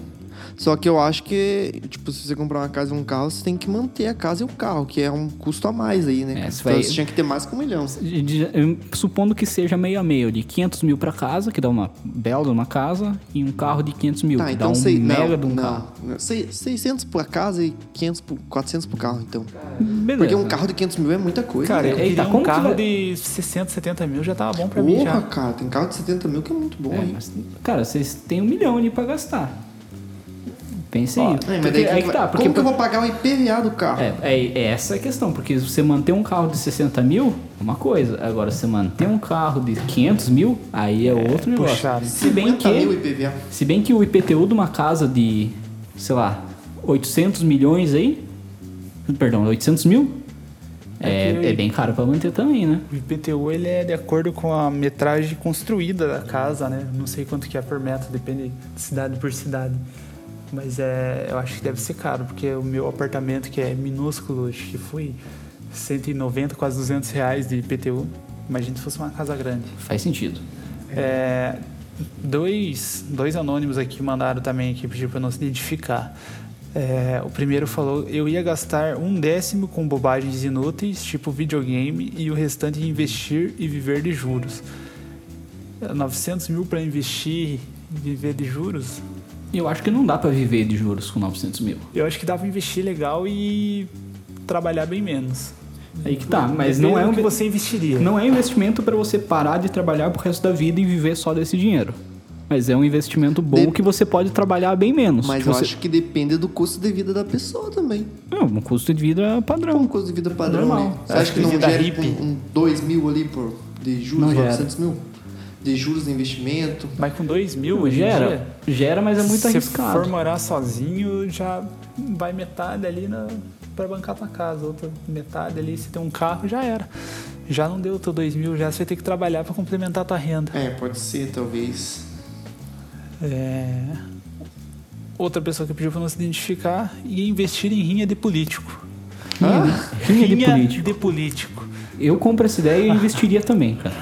Speaker 2: Só que eu acho que, tipo, se você comprar uma casa e um carro, você tem que manter a casa e o carro, que é um custo a mais aí, né?
Speaker 1: É, você
Speaker 2: então
Speaker 1: vai-
Speaker 2: você tinha que ter mais que um milhão.
Speaker 1: De- de- eu- Supondo que seja meio a meio, de 500 mil pra casa, que dá uma bela de uma casa, e um carro de 500 mil,
Speaker 2: Tá,
Speaker 1: que
Speaker 2: então
Speaker 1: dá um
Speaker 2: sei,
Speaker 1: mega
Speaker 2: não,
Speaker 1: de um carro.
Speaker 2: não, Sei- 600 pra casa e 500 pro, 400 pro carro, então.
Speaker 1: Beleza.
Speaker 2: Porque um carro de 500 mil é muita coisa.
Speaker 3: Cara, eu
Speaker 2: né?
Speaker 1: Eita,
Speaker 3: queria um
Speaker 1: como que
Speaker 3: carro
Speaker 1: vai-
Speaker 3: de 60, 70 mil, já tava bom pra mim
Speaker 2: Porra,
Speaker 3: já.
Speaker 2: cara, tem carro de 70 mil que é muito bom,
Speaker 1: É,
Speaker 2: hein?
Speaker 1: mas, cara, vocês têm um milhão ali pra gastar. Pense aí.
Speaker 2: É, mas
Speaker 1: Porque
Speaker 2: daí quem
Speaker 1: aí que
Speaker 2: vai-
Speaker 1: tá,
Speaker 2: Como
Speaker 1: porque
Speaker 2: que eu vou pagar o IPVA do carro?
Speaker 1: É, é- é essa a questão, porque você manter um carro de 60 mil é uma coisa, agora você manter um carro de 500 mil, aí é, outro negócio.
Speaker 3: puxado.
Speaker 1: Se bem
Speaker 2: 50 mil
Speaker 1: que,
Speaker 2: IPVA.
Speaker 1: se bem que o IPTU de uma casa de, sei lá, 800 milhões aí, perdão, 800 mil, é,
Speaker 3: É que-
Speaker 1: é bem caro pra manter também, né?
Speaker 3: O IPTU ele é de acordo com a metragem construída da casa, né? Não sei quanto que é por metro, depende de cidade por cidade. Mas é, eu acho que deve ser caro, porque o meu apartamento, que é minúsculo, acho que foi 190, quase 200 reais de IPTU. Imagina se fosse uma casa grande.
Speaker 1: Faz sentido.
Speaker 3: É, dois, dois anônimos aqui mandaram também que pediu para não se identificar. É, o primeiro falou: eu ia gastar um décimo com bobagens inúteis, tipo videogame, e o restante em investir e viver de juros. É, 900 mil para investir e viver de juros?
Speaker 1: E Eu acho que não dá pra viver de juros com 900 mil.
Speaker 3: Eu acho que dá para investir legal e trabalhar bem menos.
Speaker 1: Aí que tá, mas não
Speaker 3: Depende
Speaker 1: é
Speaker 3: do
Speaker 1: um
Speaker 3: que você investiria.
Speaker 1: Não é investimento para você parar de trabalhar pro resto da vida e viver só desse dinheiro. Mas é um investimento bom
Speaker 2: De-
Speaker 1: que você pode trabalhar bem menos.
Speaker 2: Mas
Speaker 1: Tipo,
Speaker 2: eu
Speaker 1: você-
Speaker 2: acho que depende do custo de vida da pessoa também.
Speaker 1: É um custo de vida
Speaker 2: Um
Speaker 1: padrão.
Speaker 2: custo de vida padrão,
Speaker 1: É Normal.
Speaker 2: né? Você
Speaker 3: Acho
Speaker 2: acha que
Speaker 3: que
Speaker 2: não
Speaker 3: vida
Speaker 2: gera
Speaker 3: hippie.
Speaker 2: um, um 2 mil ali por, de
Speaker 1: Não
Speaker 2: juros,
Speaker 1: gera.
Speaker 2: 900 mil? De juros de investimento.
Speaker 3: Mas com 2 mil, hoje em dia-
Speaker 1: Gera, gera, mas é muito
Speaker 3: Se
Speaker 1: arriscado.
Speaker 3: for morar sozinho, já vai metade ali na, pra bancar tua casa. Outra metade ali, se tem um carro, já era. Já não deu teu dois mil, já você vai ter que trabalhar pra complementar tua renda.
Speaker 2: É, pode ser, talvez.
Speaker 3: É, Outra pessoa que pediu pra não se identificar e investir em rinha de político.
Speaker 1: Rinha de- rinha de político.
Speaker 3: de político.
Speaker 1: Eu compro essa ideia e investiria também, cara.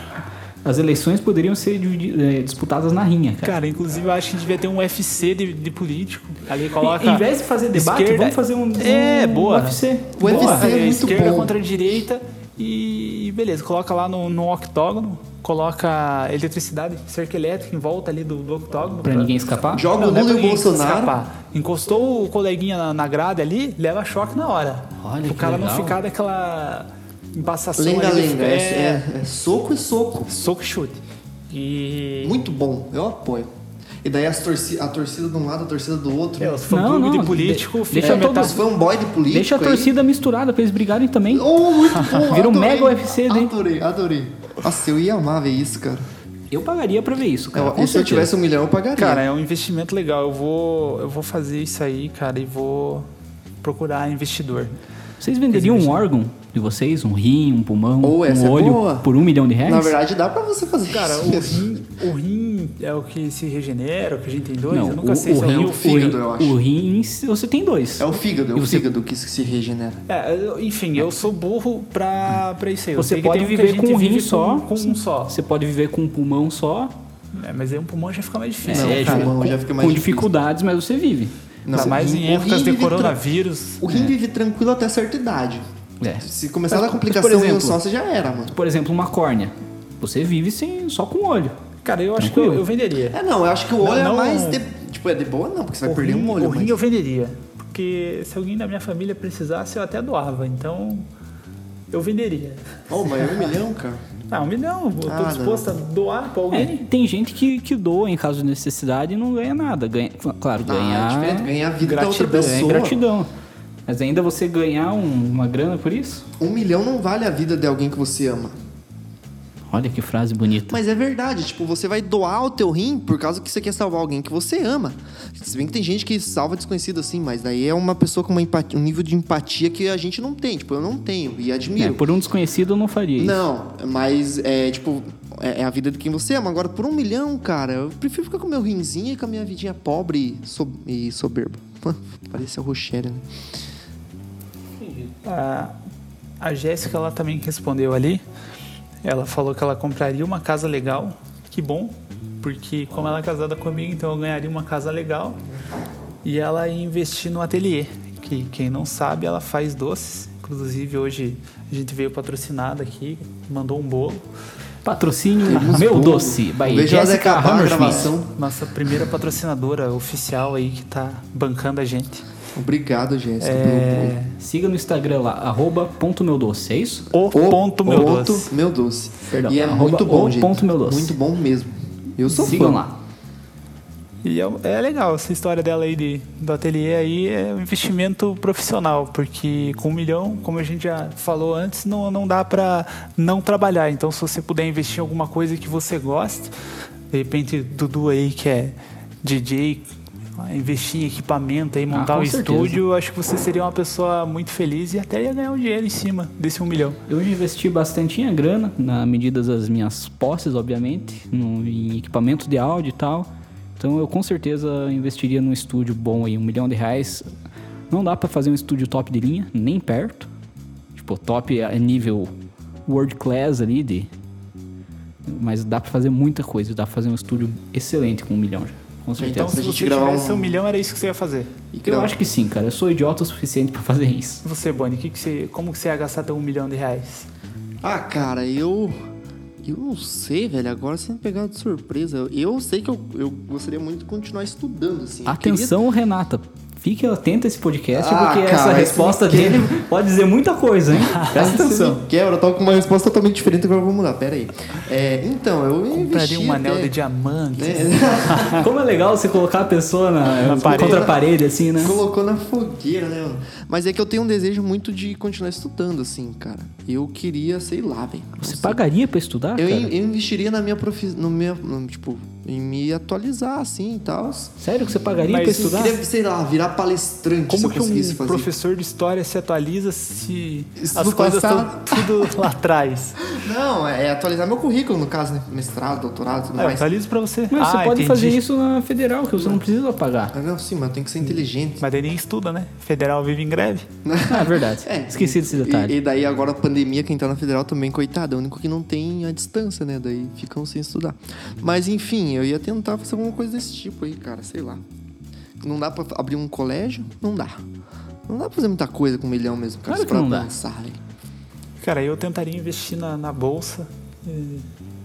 Speaker 1: As eleições poderiam ser dividi- eh, disputadas na rinha, cara.
Speaker 3: Cara, inclusive eu acho que devia ter um UFC de, de político. Ali coloca.
Speaker 1: Em vez de fazer debate,
Speaker 3: esquerda-
Speaker 1: vamos fazer um,
Speaker 3: É,
Speaker 1: um
Speaker 3: boa.
Speaker 1: UFC.
Speaker 2: O UFC
Speaker 1: Boa.
Speaker 2: é muito
Speaker 3: Ah, esquerda
Speaker 2: bom.
Speaker 3: contra a direita e beleza, coloca lá no, no octógono, coloca eletricidade, cerca elétrica em volta ali do, do octógono.
Speaker 1: Pra ninguém escapar.
Speaker 2: Joga
Speaker 3: Não,
Speaker 2: o
Speaker 3: não é
Speaker 2: Lula e
Speaker 3: pra
Speaker 2: o
Speaker 3: ninguém
Speaker 2: Bolsonaro.
Speaker 3: escapar. Encostou o coleguinha na, na grade ali, leva choque na hora.
Speaker 1: Olha, que
Speaker 3: o cara não
Speaker 1: legal.
Speaker 3: ficar daquela empassação ali de-
Speaker 2: Lenga-lenga. É, é- é soco e soco.
Speaker 3: Soco e chute. E.
Speaker 2: Muito bom, eu apoio. E daí as torci a torcida de um lado, a torcida do outro.
Speaker 3: É, os fã
Speaker 1: Não,
Speaker 3: clube
Speaker 1: não,
Speaker 3: de político
Speaker 1: de-
Speaker 3: fica
Speaker 1: deixa
Speaker 3: metade-
Speaker 1: todos-
Speaker 2: Os fanboy de político.
Speaker 1: Deixa a
Speaker 2: aí.
Speaker 1: torcida misturada pra eles brigarem também.
Speaker 2: Oh, muito bom.
Speaker 1: Vira um
Speaker 2: adorei,
Speaker 1: mega UFC, né?
Speaker 2: Adorei, adorei. Nossa, eu ia amar ver isso, cara.
Speaker 1: Eu pagaria pra ver isso, cara.
Speaker 2: Eu-
Speaker 1: com
Speaker 2: e se eu
Speaker 1: certeza.
Speaker 2: tivesse um milhão, eu pagaria.
Speaker 3: Cara, é um investimento legal. Eu vou, eu vou fazer isso aí, cara, e vou procurar investidor.
Speaker 1: Vocês venderiam um órgão de vocês, um rim, um pulmão,
Speaker 2: Ou essa
Speaker 1: um
Speaker 2: é
Speaker 1: olho,
Speaker 2: boa.
Speaker 1: por um milhão de reais?
Speaker 2: Na verdade, dá pra você fazer
Speaker 3: Cara, o
Speaker 2: isso.
Speaker 3: rim, o rim é o que se regenera, o que a gente tem dois?
Speaker 1: não,
Speaker 3: eu nunca
Speaker 1: o,
Speaker 3: sei
Speaker 1: o
Speaker 3: se é
Speaker 1: rim,
Speaker 3: o
Speaker 2: rim ou
Speaker 1: o
Speaker 2: o fígado, eu acho.
Speaker 1: O rim, você tem dois.
Speaker 2: É o fígado, é
Speaker 1: E
Speaker 2: o
Speaker 1: você-
Speaker 2: fígado que se regenera.
Speaker 3: É, eu- enfim, eu sou burro pra, pra isso aí. Eu
Speaker 1: Você
Speaker 3: sei que
Speaker 1: pode
Speaker 3: tem que
Speaker 1: viver
Speaker 3: a gente
Speaker 1: com um rim
Speaker 3: vive
Speaker 1: só.
Speaker 3: Com, um só.
Speaker 1: Você pode viver com um pulmão só,
Speaker 3: É, mas aí um pulmão já fica mais
Speaker 1: é,
Speaker 3: difícil.
Speaker 2: Não,
Speaker 3: né,
Speaker 1: já-
Speaker 3: cara.
Speaker 2: pulmão
Speaker 1: com,
Speaker 2: já fica mais
Speaker 1: com
Speaker 2: difícil.
Speaker 1: dificuldades, mas você vive.
Speaker 3: Ainda
Speaker 2: Não,
Speaker 3: mais
Speaker 2: o
Speaker 3: em
Speaker 2: rim
Speaker 3: épocas de
Speaker 2: vive tra-
Speaker 3: coronavírus.
Speaker 2: O rim vive tranquilo até certa idade.
Speaker 1: É.
Speaker 2: Se começar a
Speaker 1: Mas,
Speaker 2: dar
Speaker 1: por
Speaker 2: complicação em
Speaker 1: exemplo-
Speaker 2: um só, você já era, mano.
Speaker 1: Por exemplo, uma córnea. Você vive sem, só com o olho.
Speaker 3: Cara, eu acho que eu,
Speaker 1: Tranquilo.
Speaker 3: eu venderia.
Speaker 2: É, não, eu acho que o olho
Speaker 3: não-
Speaker 2: é mais. De, tipo, é de boa, não, porque você vai
Speaker 3: o
Speaker 2: perder
Speaker 3: rim,
Speaker 2: um olho.
Speaker 3: o rim
Speaker 2: mas-
Speaker 3: eu venderia. Porque se alguém da minha família precisasse, eu até doava. Então, eu venderia.
Speaker 2: Oh, mas é um milhão, cara.
Speaker 3: Ah, um milhão, eu tô
Speaker 2: Ah, não.
Speaker 3: disposto a doar pra
Speaker 1: É,
Speaker 3: alguém.
Speaker 1: tem gente que, que doa em caso de necessidade e não ganha nada. Ganha, claro,
Speaker 2: Ah, é
Speaker 1: ganhar.
Speaker 2: diferente, ganhar a vida da outra
Speaker 3: gratidão,
Speaker 1: é
Speaker 2: pessoa.
Speaker 1: gratidão. Mas ainda você ganhar um- uma grana por isso?
Speaker 2: Um milhão não vale a vida de alguém que você ama.
Speaker 1: Olha que frase bonita.
Speaker 2: Mas é verdade, tipo, você vai doar o teu rim por causa que você quer salvar alguém que você ama. Se bem que tem gente que salva desconhecido assim, mas daí é uma pessoa com uma empatia- um nível de empatia que a gente não tem, tipo, eu não tenho e
Speaker 1: É,
Speaker 2: admiro.
Speaker 1: por um desconhecido eu não faria isso.
Speaker 2: Não, mas é tipo, é, é a vida de quem você ama. Agora, por um milhão, cara, eu prefiro ficar com meu rinzinho e com a minha vidinha pobre e, so e soberba. Parece a Rochelle, né?
Speaker 3: A, a Jéssica, ela também respondeu ali. Ela falou que ela compraria uma casa legal. Que bom, porque como ela é casada comigo, então eu ganharia uma casa legal. E ela ia investir no ateliê, que quem não sabe, ela faz doces. Inclusive, hoje a gente veio patrocinada aqui, mandou um bolo.
Speaker 1: Patrocínio
Speaker 2: Temos
Speaker 1: Meu
Speaker 2: bolo.
Speaker 1: Doce, by
Speaker 2: Veja é ela
Speaker 1: Jessica
Speaker 2: acabar a
Speaker 1: Hammerschmidt.
Speaker 2: gravação.
Speaker 3: Nossa primeira patrocinadora oficial aí que tá bancando a gente.
Speaker 2: Obrigado, Jéssica, pelo
Speaker 3: É...
Speaker 1: Siga no Instagram lá, arroba ponto meu doce, é isso?
Speaker 3: O,
Speaker 2: O
Speaker 3: ponto meu
Speaker 2: um ponto
Speaker 3: doce.
Speaker 2: meu doce.
Speaker 1: Perdão,
Speaker 2: e é
Speaker 1: arroba
Speaker 2: muito bom,
Speaker 1: o
Speaker 2: gente.
Speaker 1: ponto meu doce.
Speaker 2: Muito bom mesmo. Eu sou
Speaker 1: Sigam
Speaker 2: fã.
Speaker 1: lá.
Speaker 3: E é, é legal essa história dela aí de, do ateliê aí, é um investimento profissional, porque com um milhão, como a gente já falou antes, não, não dá pra não trabalhar. Então se você puder investir em alguma coisa que você gosta, de repente Dudu aí que é DJ, investir em equipamento
Speaker 2: Ah,
Speaker 3: aí, montar
Speaker 1: com
Speaker 3: um
Speaker 1: certeza.
Speaker 3: estúdio, eu acho que você seria uma pessoa muito feliz e até ia ganhar um dinheiro em cima desse um milhão.
Speaker 1: Eu investi bastante em grana, na medida das minhas posses, obviamente, no, em equipamento de áudio e tal. Então eu com certeza investiria num estúdio bom aí, um milhão de reais. Não dá pra fazer um estúdio top de linha, nem perto. Tipo, top é nível world class ali de. Mas dá pra fazer muita coisa, dá pra fazer um estúdio excelente com um milhão já. Com certeza.
Speaker 3: Então se
Speaker 2: a gente
Speaker 3: você então
Speaker 2: gravar
Speaker 3: tivesse
Speaker 2: um-
Speaker 3: um milhão, era isso que você ia fazer.
Speaker 2: E que
Speaker 1: eu
Speaker 2: não-
Speaker 1: acho que sim, cara. Eu sou idiota o suficiente pra fazer isso.
Speaker 3: Você, Bonnie, que que você, como que você ia gastar teu um milhão de reais?
Speaker 2: Ah, cara, eu. Eu não sei, velho. Agora você me pegar de surpresa. Eu, eu sei que eu, eu gostaria muito de continuar estudando, assim. Eu
Speaker 1: Atenção, Renata. Fique atenta a esse podcast,
Speaker 2: Ah,
Speaker 1: porque
Speaker 2: cara,
Speaker 1: essa
Speaker 2: esse
Speaker 1: resposta
Speaker 2: que-
Speaker 1: dele pode dizer muita coisa, hein? Presta
Speaker 2: Queria... Você
Speaker 1: atenção.
Speaker 2: me Quebra, eu tava com uma resposta totalmente diferente, agora eu vou mudar. Pera aí. É, então, eu investi.
Speaker 3: Compraria um anel
Speaker 2: até-
Speaker 3: de diamante.
Speaker 2: né?
Speaker 1: Como é legal você colocar a pessoa na,
Speaker 3: Na parede.
Speaker 1: contra a parede, assim, né?
Speaker 2: Colocou na fogueira, né, mano? Mas é que eu tenho um desejo muito de continuar estudando, assim, cara. Eu queria, sei lá, velho. Não
Speaker 1: Você
Speaker 2: sei.
Speaker 1: pagaria pra estudar,
Speaker 2: eu,
Speaker 1: cara?
Speaker 2: in- eu investiria na minha profissão. No meu, no, tipo, em me atualizar, assim e tal.
Speaker 3: Ah.
Speaker 1: Sério que você pagaria
Speaker 3: Mas
Speaker 1: pra
Speaker 3: se
Speaker 1: estudar?
Speaker 2: Queria, sei lá, virar palestrante se
Speaker 3: Como
Speaker 2: eu
Speaker 3: que um
Speaker 2: conseguisse fazer.
Speaker 3: professor de história se atualiza se
Speaker 2: Isso
Speaker 3: as
Speaker 2: no
Speaker 3: coisas estão
Speaker 2: passado.
Speaker 3: tudo lá atrás?
Speaker 2: Não, é atualizar meu currículo, no caso, né? Mestrado, doutorado, tudo
Speaker 3: É, eu
Speaker 2: mais.
Speaker 3: atualizo pra você.
Speaker 1: Mas você
Speaker 3: Ah,
Speaker 1: pode
Speaker 3: entendi.
Speaker 1: fazer isso na federal, que você não precisa pagar.
Speaker 2: Ah, não, sim, mas tem que ser inteligente.
Speaker 3: Mas daí nem estuda, né? Federal vive em greve.
Speaker 1: Ah, é verdade.
Speaker 2: É,
Speaker 1: Esqueci desse detalhe.
Speaker 2: E, e daí agora a pandemia, quem tá na federal também, coitado, é o único que não tem a distância, né? Daí ficam sem estudar. Mas enfim, eu ia tentar fazer alguma coisa desse tipo aí, cara, sei lá. Não dá pra abrir um colégio? Não dá. Não dá pra fazer muita coisa com um milhão mesmo, cara.
Speaker 1: Claro
Speaker 2: se
Speaker 1: que não
Speaker 2: parar pra
Speaker 1: dá.
Speaker 2: pensar, velho.
Speaker 3: Cara, eu tentaria investir na, na bolsa. Eh,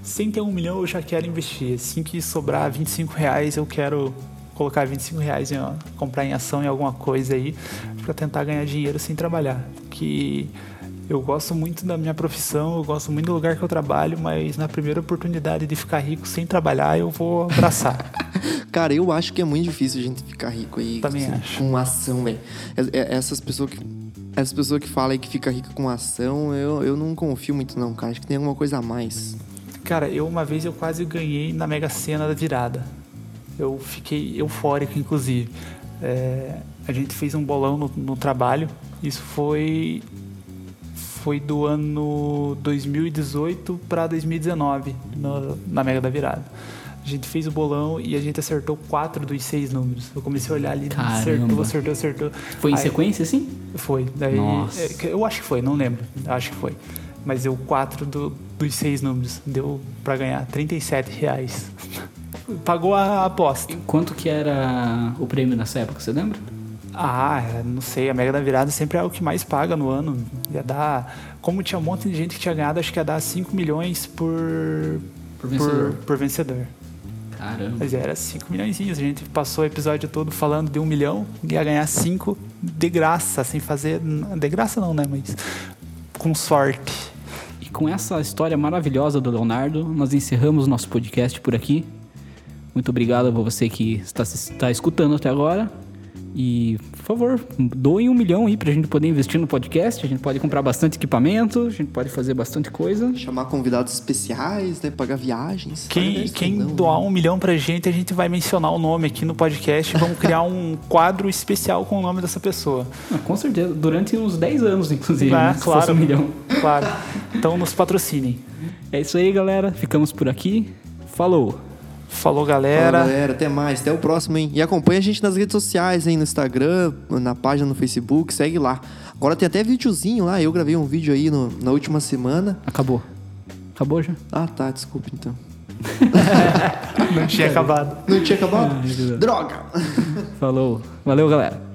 Speaker 3: Sem ter um milhão, eu já quero investir. Assim que sobrar 25 reais, eu quero colocar 25 reais em ó, comprar em ação em alguma coisa aí pra tentar ganhar dinheiro sem trabalhar. Que eu gosto muito da minha profissão, eu gosto muito do lugar que eu trabalho, mas na primeira oportunidade de ficar rico sem trabalhar, eu vou abraçar.
Speaker 2: Cara, eu acho que é muito difícil a gente ficar rico aí assim,
Speaker 3: Também acho.
Speaker 2: com ação, velho. Es- é- Essas pessoas que. Essas pessoas que falam aí que fica rica com ação, eu, eu não confio muito, não, cara. Acho que tem alguma coisa a mais.
Speaker 3: Cara, eu uma vez eu quase ganhei na Mega Sena da virada. Eu fiquei eufórico, inclusive. É, a gente fez um bolão no, no trabalho. Isso foi foi do ano 2018 para 2019 no- na Mega da Virada. A gente fez o bolão e a gente acertou quatro dos seis números. Eu comecei a olhar ali,
Speaker 1: Caramba.
Speaker 3: acertou, acertou, acertou.
Speaker 1: Foi em
Speaker 3: Aí-
Speaker 1: sequência, assim?
Speaker 3: foi. Daí,
Speaker 1: Nossa.
Speaker 3: é, que- Eu acho que foi, não lembro. Acho que foi. Mas deu quatro do- dos seis números. Deu pra ganhar 37 reais. Pagou a aposta.
Speaker 1: Quanto que era o prêmio nessa época, você lembra?
Speaker 3: Ah, é, não sei. A Mega da Virada sempre é o que mais paga no ano. Ia dar... Como tinha um monte de gente que tinha ganhado, acho que ia dar 5 milhões por...
Speaker 1: Por vencedor.
Speaker 3: por- por vencedor.
Speaker 1: Caramba.
Speaker 3: Mas era 5 milhões. A gente passou o episódio todo falando de um milhão e ia ganhar 5 de graça, sem fazer. De graça não, né? Mas com sorte.
Speaker 1: E com essa história maravilhosa do Leonardo, nós encerramos o nosso podcast por aqui. Muito obrigado a você que está, se- está escutando até agora. E, por favor, doem um milhão aí pra gente poder investir no podcast. A gente pode comprar bastante equipamento, a gente pode fazer bastante coisa.
Speaker 2: Chamar convidados especiais, né? Pagar viagens.
Speaker 3: Quem,
Speaker 2: Parece que
Speaker 3: quem
Speaker 2: não,
Speaker 3: doar
Speaker 2: né?
Speaker 3: um milhão pra gente, a gente vai mencionar o nome aqui no podcast e vamos criar um quadro especial com o nome dessa pessoa.
Speaker 1: Ah, com certeza, durante uns 10 anos, inclusive,
Speaker 3: Ah,
Speaker 1: né, se fosse um milhão.
Speaker 3: Claro. Então nos patrocinem.
Speaker 1: É isso aí, galera. Ficamos por aqui. Falou!
Speaker 3: Falou,
Speaker 2: Fala,
Speaker 3: galera.
Speaker 2: galera, até mais, até o próximo, hein? E acompanha a gente nas redes sociais, hein? No Instagram, na página no Facebook, segue lá. Agora tem até videozinho lá, eu gravei um vídeo aí no- na última semana.
Speaker 1: Acabou. Acabou já?
Speaker 2: Ah, tá, desculpa então.
Speaker 3: Não tinha acabado.
Speaker 2: Não tinha acabado? Droga!
Speaker 1: Falou. Valeu, galera.